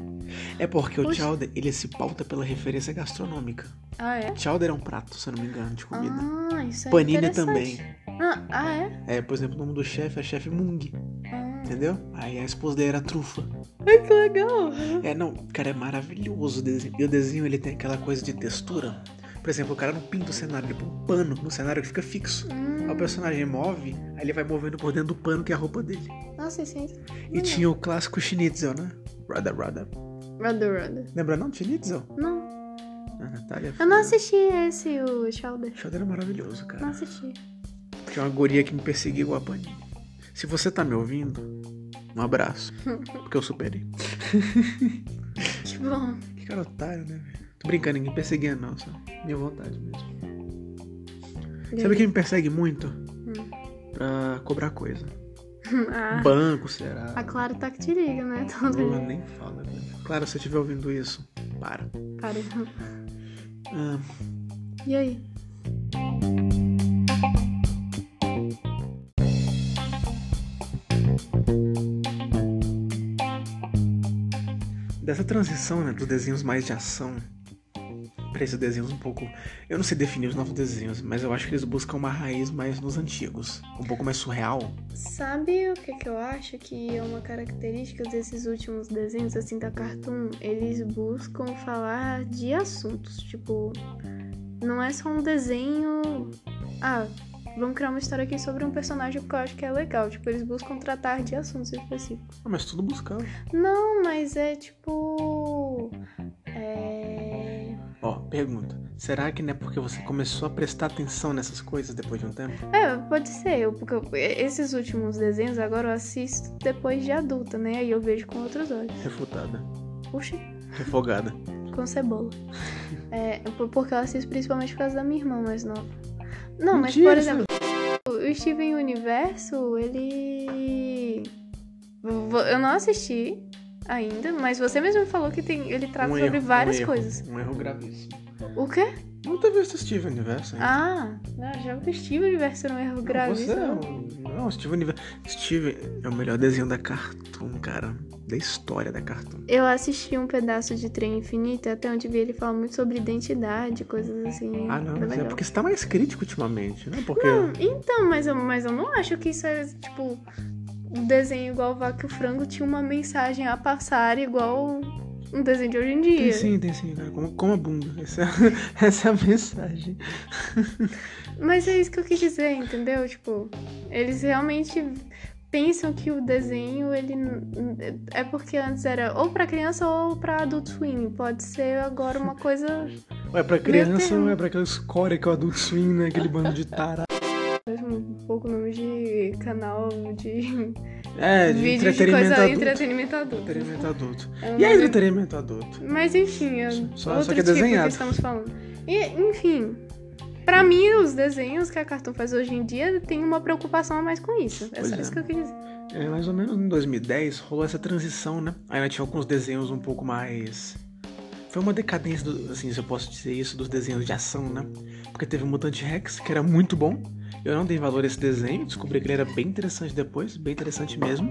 A: É porque o
B: Oxe.
A: Chowder, ele se pauta pela referência gastronômica.
B: Ah, é?
A: Chowder é um prato, se eu não me engano, de comida.
B: Ah, isso é
A: Panini
B: interessante.
A: também.
B: Ah, ah, é?
A: É, por exemplo, o nome do chefe é chefe Mung,
B: Ah,
A: entendeu? Aí a esposa dele era trufa.
B: Ai, que legal.
A: É, não, cara, é maravilhoso o desenho. E o desenho, ele tem aquela coisa de textura. Por exemplo, o cara não pinta o cenário, ele põe um pano no cenário que fica fixo. Aí o
B: Hum,
A: personagem move, aí ele vai movendo por dentro do pano que é a roupa dele.
B: nossa, isso é
A: E tinha o clássico Schnitzel, né? Rada, rada.
B: Rudder, Rudder.
A: Lembra não? do Schnitzel? Ah, tá,
B: Não,
A: A Natália.
B: Eu não assisti esse, o Chowder.
A: Shadow era maravilhoso,
B: Não
A: cara.
B: assisti.
A: Tinha uma guria que me perseguia igual a Panini. Se você tá me ouvindo, um
B: *laughs*
A: abraço. Porque eu superei.
B: Que bom.
A: Que cara otário, né? velho? Tô brincando, ninguém perseguia não, só minha vontade mesmo. Sabe quem me persegue muito? Pra cobrar coisa.
B: Hum. *laughs* Ah,
A: Banco, será?
B: a Clara tá que te liga, né? *laughs* Todo
A: Lua
B: dia.
A: nem fala, velho. Claro, se eu estiver ouvindo isso, para.
B: Cara.
A: Ah,
B: E aí?
A: dessa transição, né, dos desenhos mais de ação pra esses desenhos um pouco... Eu não sei definir os novos desenhos, mas eu acho que eles buscam uma raiz mais nos antigos. Um pouco mais surreal.
B: Sabe o que, que eu acho que é uma característica desses últimos desenhos, assim, da Cartoon? Eles buscam falar de assuntos. Tipo, não é só um desenho. Ah, vamos criar uma história aqui sobre um personagem que eu acho que é legal. Tipo, eles buscam tratar de assuntos específicos.
A: Ah, mas tudo buscava.
B: Não, mas é tipo. É.
A: Ó, pergunta. Será que não é porque você começou a prestar atenção nessas coisas depois de um tempo?
B: É, pode ser, eu, porque eu- esses últimos desenhos agora eu assisto depois de adulta, né? Aí eu vejo com outros olhos.
A: Refutada.
B: Puxa,
A: Refogada. *laughs*
B: com cebola. É, por- porque eu assisto principalmente por causa da minha irmã mais nova. Não, mas
A: Mentira,
B: por exemplo, o Steven Universo, ele. vo- Eu não assisti ainda, mas você mesmo falou que tem, ele trata
A: Um
B: sobre
A: erro, um
B: várias
A: erro,
B: coisas.
A: Um erro gravíssimo.
B: O quê?
A: Não teve visto Steven Universo ainda.
B: Ah, não, já que o Steven Universo era um erro
A: Você é
B: gravíssimo.
A: um... Não, Steven Universo. Steven é o melhor desenho da Cartoon, cara. Da história da Cartoon.
B: Eu assisti um pedaço de Trem Infinito, até onde vi ele falar muito sobre identidade, coisas assim.
A: Ah, não,
B: é
A: mas é
B: legal.
A: porque você tá mais crítico ultimamente, né? Porque.
B: Não, então, mas eu, mas eu não acho que isso é, tipo, um desenho igual o Vaca e o Frango tinha uma mensagem a passar igual um desenho de hoje em
A: Tem
B: dia.
A: sim, tem sim, cara. Como, como a bunda. Essa é, essa é *laughs* a mensagem.
B: Mas é isso que eu quis dizer, entendeu? Tipo, eles realmente pensam que o desenho, ele... n- n- É porque antes era ou pra criança ou pra adulto swing. Pode ser agora uma
A: *laughs*
B: coisa...
A: Ou é pra criança,
B: Deus.
A: ou é pra aquela escória que é o Adult Swim, né? Aquele bando de tarado.
B: um pouco o nome de canal de...
A: É, de
B: vídeo de
A: entretenimento
B: coisa...
A: adulto.
B: Entretenimento adulto.
A: Entretenimento adulto.
B: É um
A: E é
B: nome-
A: entretenimento adulto.
B: Mas enfim, é
A: Só- só
B: outro
A: que é
B: tipo
A: desenhado.
B: que estamos falando. E, enfim, pra mim, os desenhos que a Cartoon faz hoje em dia tem uma preocupação a mais com isso. É
A: Pois
B: só
A: é.
B: isso que eu quis dizer.
A: É, mais ou menos em 2010 rolou essa transição, né? Aí nós tinha alguns desenhos um pouco mais. Foi uma decadência, do, assim, se eu posso dizer isso, dos desenhos de ação, né? Porque teve o Mutante Rex, que era muito bom. Eu não dei valor a esse desenho, descobri que ele era bem interessante depois, bem interessante mesmo.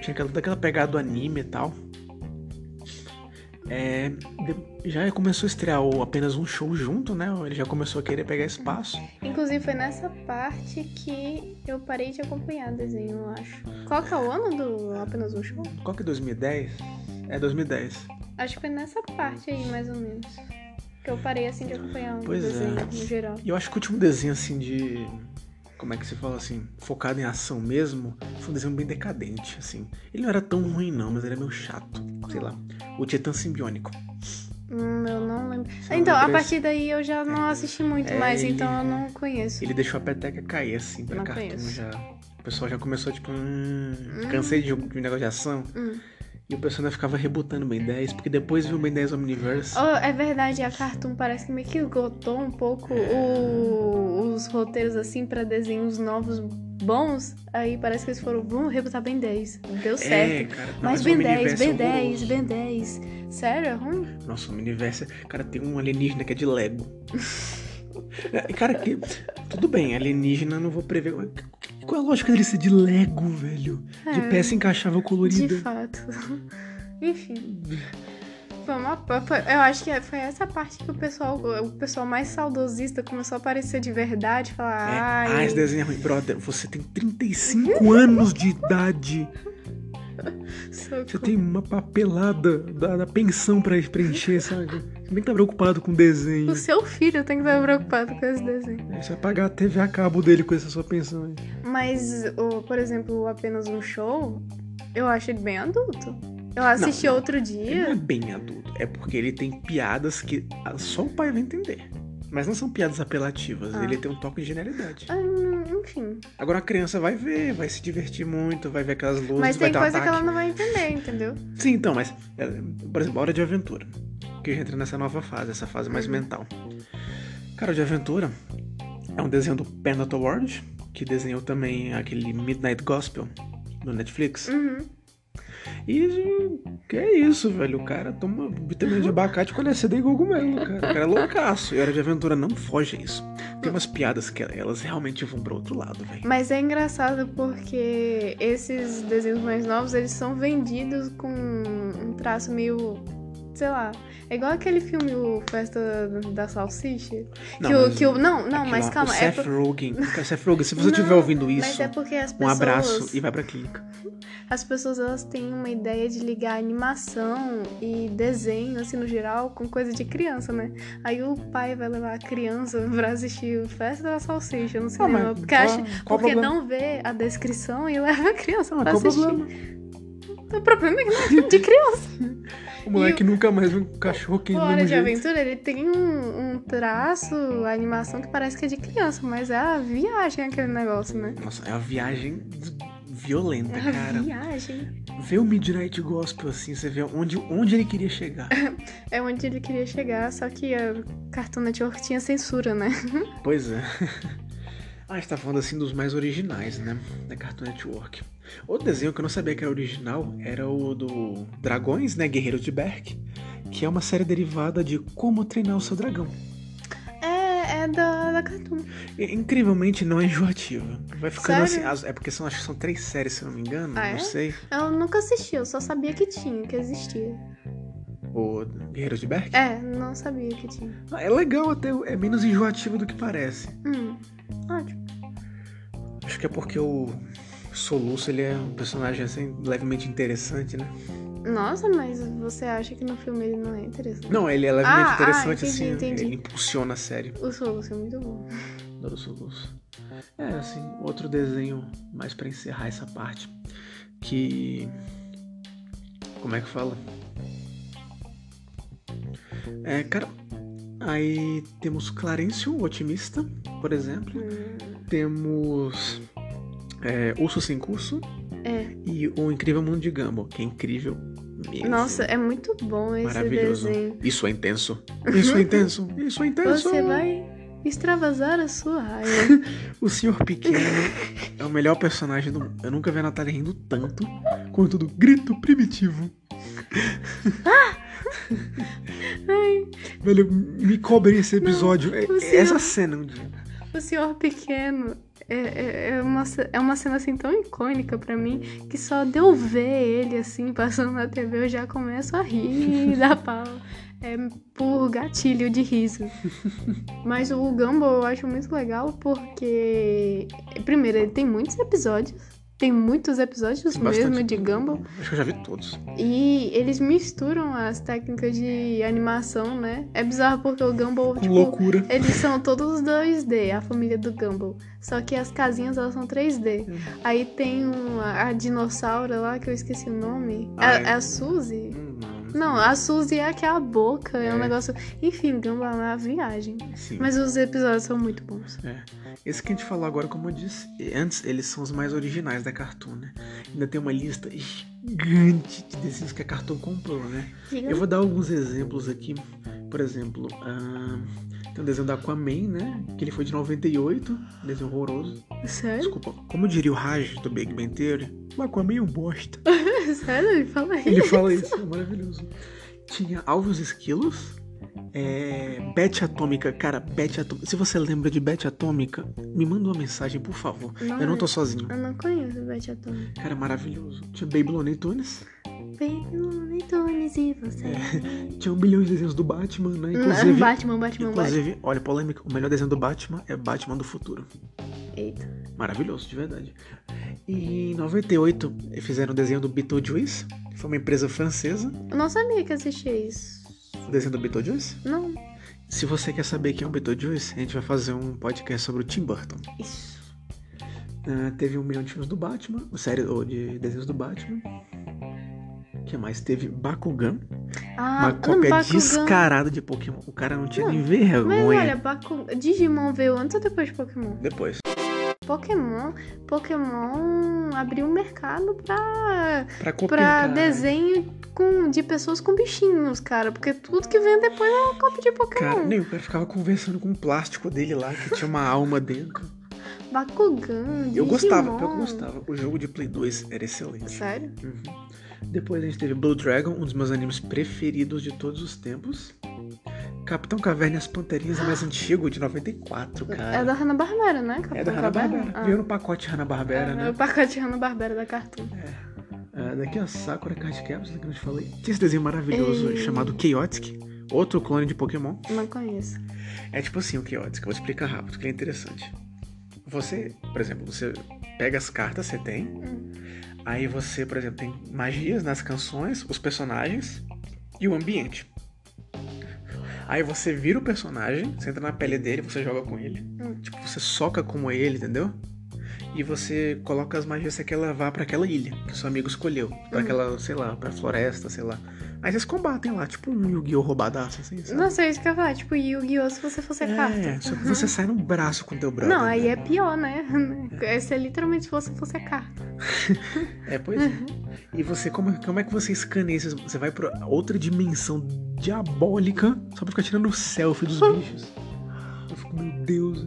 A: Tinha aquela, toda aquela pegada do anime e tal. É, de- já começou a estrear o apenas um show junto, né? Ele já começou a querer pegar espaço.
B: Inclusive, foi nessa parte que eu parei de acompanhar desenho, eu acho. Qual que é o ano do Apenas um Show?
A: Qual que é 2010? É 2010.
B: Acho que foi nessa parte aí, mais ou menos. Que eu parei, assim, de acompanhar um
A: Pois é.
B: desenho, no geral.
A: E eu acho que o último desenho, assim, de. Como é que se fala assim? Focado em ação mesmo, foi um desenho bem decadente, assim. Ele não era tão ruim, não, mas ele era meio chato. Sei lá. O Titã Simbiônico.
B: Hum, eu não lembro.
A: Só
B: Então, a
A: lembra
B: partir daí eu já não assisti muito
A: É,
B: mais,
A: ele-
B: então eu não conheço.
A: Ele deixou a peteca cair, assim, pra
B: Não
A: cartoon
B: conheço.
A: já. O pessoal já começou, tipo, hum, cansei de, jogo- de negócio de ação.
B: Hum.
A: E o pessoal ainda ficava rebutando o Ben 10, porque depois viu o Ben 10 Omniverse.
B: Oh, é verdade, a Cartoon parece que meio que esgotou um pouco
A: É.
B: o- os roteiros assim pra desenhos novos bons. Aí parece que eles foram, "Hum, vamos rebutar Ben 10. Não tá deu
A: É,
B: certo.
A: cara. não,
B: Mas
A: o
B: Ben 10,
A: Omniverse é
B: Ben 10,
A: horroroso.
B: Ben 10. Sério, é ruim?
A: Nossa, o universo. Cara, tem um alienígena que é de Lego. É, cara, que. Tudo bem, alienígena não vou prever. mas que- Qual é a lógica dele ser de Lego, velho? De
B: É,
A: peça encaixável colorida.
B: De fato. *laughs* Enfim. Foi uma, foi- eu acho que foi essa parte que o pessoal, o pessoal mais saudosista começou a aparecer de verdade,
A: É,
B: falar,
A: Ah,
B: ai,
A: esse desenho é ruim. Brother, você tem 35 anos de idade.
B: socorro."
A: Você tem uma papelada da, da pensão pra preencher, sabe? Você nem tá preocupado com desenho.
B: o seu filho tem que estar preocupado com esse desenho.
A: Você vai pagar a TV a cabo dele com essa sua pensão aí.
B: Mas, o- por exemplo, o apenas um show, eu acho ele bem adulto. Eu assisti
A: não.
B: outro
A: Ele não é
B: dia.
A: bem adulto. É porque ele tem piadas que ah, só o pai vai entender. Mas não são piadas apelativas.
B: Ah.
A: Ele tem um toque de genialidade.
B: Ah, não, enfim.
A: Agora a criança vai ver, vai se divertir muito, vai ver aquelas luzes,
B: Mas
A: vai
B: tem
A: ter um
B: coisa que
A: ataque.
B: ela não vai entender, entendeu?
A: Sim, então, mas. é, Por exemplo, Hora de Aventura. Que já entra nessa nova fase, essa fase
B: Uhum.
A: mais mental. Cara, Hora de Aventura é um desenho do Penat Award, que desenhou também aquele Midnight Gospel do Netflix.
B: Uhum.
A: E que é isso, velho. O cara toma vitamina de abacate com LSD e cogumelo, cara. O cara é loucaço. E Hora de Aventura não foge a isso. Tem umas piadas que elas realmente vão pro outro lado, velho.
B: Mas é engraçado porque esses desenhos mais novos, eles são vendidos com um traço meio sei lá. É igual aquele filme, o Festa da Salsicha.
A: Não,
B: que o,
A: mas
B: que o, não, não,
A: Aquilo
B: mas
A: lá,
B: calma.
A: O
B: é
A: Seth
B: por-
A: Rogen. Cara, Seth Rogen, se você
B: Não,
A: estiver ouvindo
B: Mas
A: isso,
B: é porque as
A: um
B: pessoas.
A: abraço e vai pra clínica.
B: As pessoas elas têm uma ideia de ligar animação e desenho, assim, no geral, com coisa de criança, né? Aí o pai vai levar a criança *laughs* pra assistir o Festa da Salsicha no cinema.
A: Ah, mas
B: porque
A: qual-
B: acha-
A: qual o
B: porque
A: problema?
B: não vê a descrição e *laughs* leva a criança
A: Ah,
B: pra
A: qual o
B: assistir.
A: problema?
B: O problema é que não é de criança.
A: O moleque nunca mais viu um cachorro que
B: O
A: do
B: Hora
A: mesmo
B: de
A: jeito.
B: Aventura, ele tem um, um traço, a animação que parece que é de criança, mas é a viagem aquele negócio, né?
A: Nossa, é uma viagem des- violenta,
B: É a
A: cara.
B: viagem.
A: Vê o Midnight Gospel assim, você vê onde, onde ele queria chegar.
B: É onde ele queria chegar, só que a Cartoon Network tinha censura, né?
A: Pois é. *laughs* Ah, a gente tá falando assim dos mais originais, né? Da Cartoon Network. Outro desenho que eu não sabia que era original era o do Dragões, né? Guerreiros de Berk, que é uma série derivada de Como Treinar o Seu Dragão.
B: É, é da, da Cartoon.
A: E, incrivelmente não é enjoativa. Vai ficando
B: Sério?
A: assim. as- é porque são, acho que são três séries, se eu não me engano.
B: Ah,
A: não
B: é?
A: sei.
B: Eu nunca assisti, eu só sabia que tinha, que existia.
A: O Guerreiros de Berk.
B: É, não sabia que tinha.
A: Ah, É legal até, é menos enjoativo do que parece.
B: Hum, ótimo.
A: Acho que é porque o Soluço ele é um personagem assim, levemente interessante, né?
B: Nossa, mas você acha que no filme ele não é interessante?
A: Não, ele é levemente
B: Ah, ah,
A: interessante,
B: entendi,
A: assim,
B: entendi.
A: ele impulsiona a série.
B: O Soluço é muito bom.
A: Adoro o Soluço. É, assim, outro desenho, mais pra encerrar essa parte, que. Como é que fala? É, cara. Aí temos Clarencio, o otimista, por exemplo.
B: Hum,
A: Temos. É, Urso Sem Curso.
B: É.
A: E O Incrível Mundo de Gumball, que é incrível mesmo.
B: Nossa, é muito bom esse
A: Maravilhoso.
B: desenho.
A: Isso é intenso. Isso é
B: *laughs*
A: intenso. Isso é intenso.
B: Você vai extravasar a sua raiva.
A: O Senhor Pequeno é o melhor personagem do mundo. Eu nunca vi a Natália rindo tanto quanto do grito primitivo. Velho, me cobrem esse episódio. É-
B: o
A: é
B: senhor-
A: Essa cena um dia.
B: o senhor pequeno é, é- é uma, ce- é uma cena assim tão icônica pra mim que só de eu ver ele assim passando na TV eu já começo a rir da pau. É por gatilho de riso. Mas o Gumball eu acho muito legal porque. Primeiro, ele tem muitos episódios. Tem muitos episódios mesmo é de Gumball. Tipo,
A: Acho que eu já vi todos.
B: E eles misturam as técnicas de animação, né? É bizarro porque o Gumball,
A: Com
B: tipo,
A: loucura.
B: eles são todos 2D, a família do Gumball. Só que as casinhas elas são 3D.
A: Hum.
B: Aí tem uma, a dinossauro lá, que eu esqueci o nome.
A: Ah,
B: é,
A: é.
B: é a Suzy?
A: Hum,
B: Não, a Suzy é aquela boca, é, um
A: É.
B: negócio. Enfim, Gumball é uma viagem.
A: Sim.
B: Mas os episódios são muito bons.
A: É. Esse que a gente falou agora, como eu disse antes, eles são os mais originais da Cartoon, né? Ainda tem uma lista gigante de desenhos que a Cartoon comprou, né? Eu vou dar alguns exemplos aqui. Por exemplo, ah, tem um desenho da Aquaman, né? Que ele foi de 98, desenho horroroso.
B: Sério? *laughs*
A: Desculpa, como diria o Raj do Big Bang Theory, o Aquaman é um bosta.
B: Sério? Ele fala isso.
A: Ele fala isso, é maravilhoso. Tinha Alvos Esquilos, é, Bete Atômica. Cara, Bete Atômica. Se você lembra de Bete Atômica, me manda uma mensagem, por favor.
B: Não, é.
A: Eu não tô sozinho.
B: Eu não conheço o Betty Atômica.
A: Cara, maravilhoso. Tinha Babylon e Tunis.
B: Baby Looney Tunes e você.
A: Tinha um bilhão de desenhos do Batman, né?
B: Inclusive,
A: Inclusive.
B: Batman, Batman, Batman.
A: Inclusive, olha, polêmica, o melhor desenho do Batman é Batman do Futuro.
B: Eita.
A: Maravilhoso, de verdade. E em 98, fizeram o desenho do Beetlejuice, que foi uma empresa francesa.
B: Eu não sabia que assistia isso.
A: O desenho do Beetlejuice?
B: Não.
A: Se você quer saber quem é o Beetlejuice, a gente vai fazer um podcast sobre o Tim Burton.
B: Isso.
A: Ah, teve um milhão de filmes do Batman, o série ou de desenhos do Batman. O que mais? Teve Bakugan,
B: Ah,
A: uma cópia
B: Bakugan.
A: descarada de Pokémon. O cara não tinha
B: Não,
A: nem
B: Mas
A: vergonha.
B: olha, Bakugan. Digimon veio antes ou depois de Pokémon?
A: Depois.
B: Pokémon. Pokémon abriu um mercado pra,
A: Pra copiar.
B: pra
A: cara.
B: desenho com, de pessoas com bichinhos, cara. Porque tudo que vem depois é uma cópia de Pokémon.
A: Cara, nem o cara ficava conversando com o plástico dele lá, que tinha uma alma
B: *laughs*
A: dentro.
B: Bakugan.
A: Eu gostava,
B: Digimon.
A: pior que eu gostava. O jogo de Play 2 era excelente.
B: Sério?
A: Uhum. Depois a gente teve Blue Dragon, um dos meus animes preferidos de todos os tempos. Capitão Caverna e as Panterinhas, mais antigo, de 94, cara.
B: É da Hanna-Barbera, né?
A: É da
B: Capitão Caverna?
A: Hanna-Barbera.
B: Ah.
A: Veio no pacote Hanna-Barbera,
B: É,
A: né?
B: O pacote Hanna-Barbera da Cartoon.
A: É, É, daqui é a Sakura Card Captors, que eu te falei. Tinha esse desenho maravilhoso
B: Ei.
A: chamado Chaotic, outro clone de Pokémon.
B: Não conheço.
A: É tipo assim o Chaotic, eu vou explicar rápido, que é interessante. Você, por exemplo, você pega as cartas que você tem,
B: Hum.
A: aí você, por exemplo, tem magias nas canções, os personagens e o ambiente. Aí você vira o personagem, você entra na pele dele, você joga com ele.
B: Hum.
A: Tipo, você soca como ele, entendeu? E você coloca as magias que você quer levar pra aquela ilha que o seu amigo escolheu. Pra
B: Hum.
A: aquela, sei lá, pra floresta, sei lá. Aí vocês combatem lá, tipo um Yu-Gi-Oh! roubadaço, assim, sabe?
B: Nossa, é isso que eu ia falar, tipo, Yu-Gi-Oh! se você fosse a
A: É,
B: carta.
A: só que você sai no braço com teu braço.
B: Não, aí é pior, né? *laughs* Essa é literalmente se você fosse a carta.
A: É, pois é.
B: Uhum.
A: E você, como, como é que você escaneia esses. Você vai pra outra dimensão diabólica só pra ficar tirando selfie dos
B: Uhum.
A: bichos. Eu fico, meu Deus.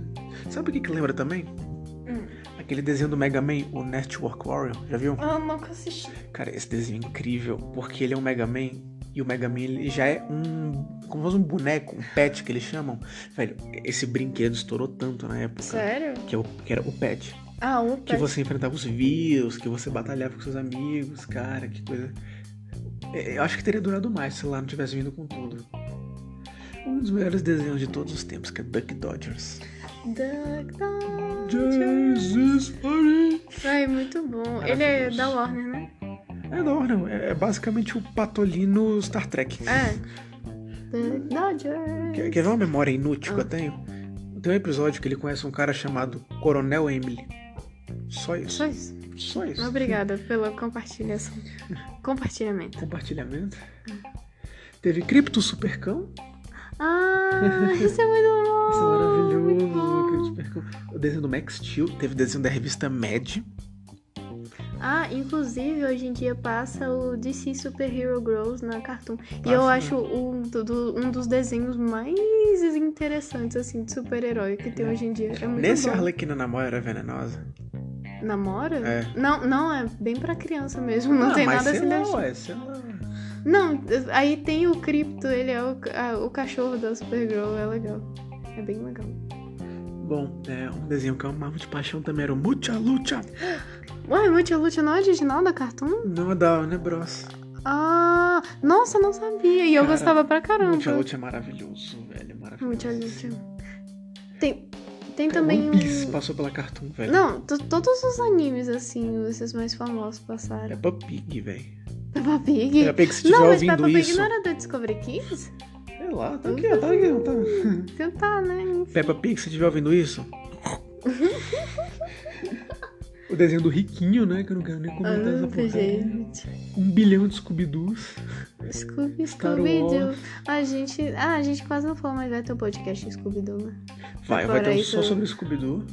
A: Sabe o que, que lembra também?
B: Hum. Ah,
A: Aquele desenho do Mega Man, o Network Warrior, já viu?
B: Eu nunca assisti.
A: Cara, esse desenho é incrível, porque ele é um Mega Man e o Mega Man ele já é um. Como se fosse um boneco, um pet que eles chamam. Velho, esse brinquedo estourou tanto na época.
B: Sério?
A: Que, é o, que era o pet.
B: Ah, o
A: Que você enfrentava os vírus, que você batalhava com seus amigos, cara, que coisa. É, Eu acho que teria durado mais se lá não tivesse vindo com tudo. Um dos melhores desenhos de todos os tempos, que é Duck Dodgers.
B: Duck Dodgers.
A: Jesus funny!
B: Ai, muito bom. Ele é da Warner, né?
A: É da hora, não. é é basicamente o Patolino Star Trek.
B: É. Duck
A: Quer,
B: Dodgers.
A: quer ver uma memória inútil que
B: Ah.
A: eu tenho? Tem um episódio que ele conhece um cara chamado Coronel Emily. Só isso.
B: Só isso.
A: Só isso.
B: Obrigada pelo compartilhação. compartilhamento.
A: Compartilhamento. Teve Cripto Supercão.
B: Ah, isso é muito bom.
A: Isso é maravilhoso,
B: muito bom.
A: Cripto Supercão. O desenho do Max Steel, teve desenho da revista Mad.
B: Ah, inclusive hoje em dia passa o DC Super Hero Girls na Cartoon. e
A: Passa,
B: eu
A: né?
B: acho um, do- do- um dos desenhos mais interessantes, assim, de super-herói que tem hoje em dia. É muito
A: Nesse
B: bom.
A: Arlequina Namor era venenosa.
B: Namora?
A: É. Ah,
B: Não, não, é bem pra criança mesmo. Não, tem
A: mas é.
B: nada
A: sei
B: assim
A: lá,
B: da
A: ué, sei lá.
B: Não, aí tem o Crypto, ele é o, a- o cachorro da Supergirl, é legal. É bem legal.
A: Bom, é, um desenho que eu amava de paixão também era o Mucha Lucha.
B: Ué, Multilucha não é original da Cartoon?
A: Não é da Nebros.
B: Ah, nossa, não sabia. E eu
A: Cara,
B: gostava pra caramba.
A: Mucha Lucha é maravilhoso, velho. é Maravilhoso.
B: Multilucha. Tem, tem
A: Até
B: também
A: One Piece
B: um...
A: passou pela Cartoon, velho.
B: Não, to- todos os animes, assim, esses mais famosos passaram.
A: Peppa É Pig, velho.
B: Peppa Pig.
A: Peppa Pig, É. se estiver
B: não, mas
A: ouvindo
B: Peppa Pig
A: isso...
B: não é era da Discovery Kids?
A: Sei lá, tá aqui, ó, tá aqui, ó, tá...
B: Então tá, né?
A: Peppa Pig, se estiver ouvindo
B: *laughs*
A: isso... o desenho do Riquinho, né? Que eu não quero nem comentar essa
B: Ah,
A: porcaria.
B: gente.
A: Um bilhão de Scooby-Doos.
B: Scooby,
A: Star
B: Scooby-Doo. A gente, ah, a gente quase não falou, mas vai ter o podcast Scooby-Doo, né?
A: Vai,
B: Fora
A: vai ter um
B: isso-
A: só sobre Scooby-Doo.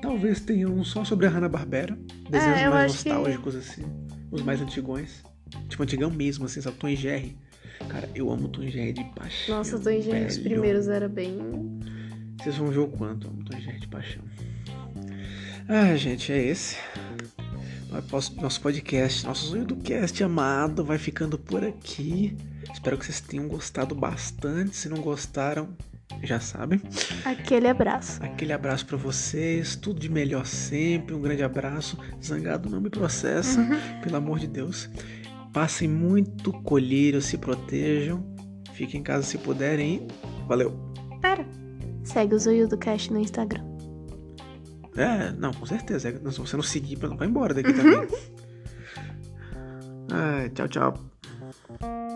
A: Talvez tenha um só sobre a Hanna-Barbera. Desenhos
B: É, eu
A: mais
B: acho que-
A: nostálgicos, assim. Os mais antigões. Tipo, antigão mesmo, assim, sabe? Tom e Jerry. Cara, eu amo Tom e Jerry de paixão.
B: Nossa, Tom e Jerry, os
A: velho.
B: primeiros era bem...
A: Vocês vão ver o quanto eu amo Tom e Jerry de paixão. Ah, gente, é esse. Nosso- Nosso podcast, nosso sonho do cast amado vai ficando por aqui. Espero que vocês tenham gostado bastante. Se não gostaram, já sabem.
B: Aquele abraço.
A: Aquele abraço pra vocês, tudo de melhor sempre, um grande abraço. Zangado não me processa, pelo amor de Deus. Passem muito colírio, se protejam, fiquem em casa se puderem. e Valeu.
B: Pera. Segue o Zoio do Cast no Instagram.
A: É, não, com certeza. é, não, Se você não seguir, vai embora daqui também. Ah, tchau, tchau.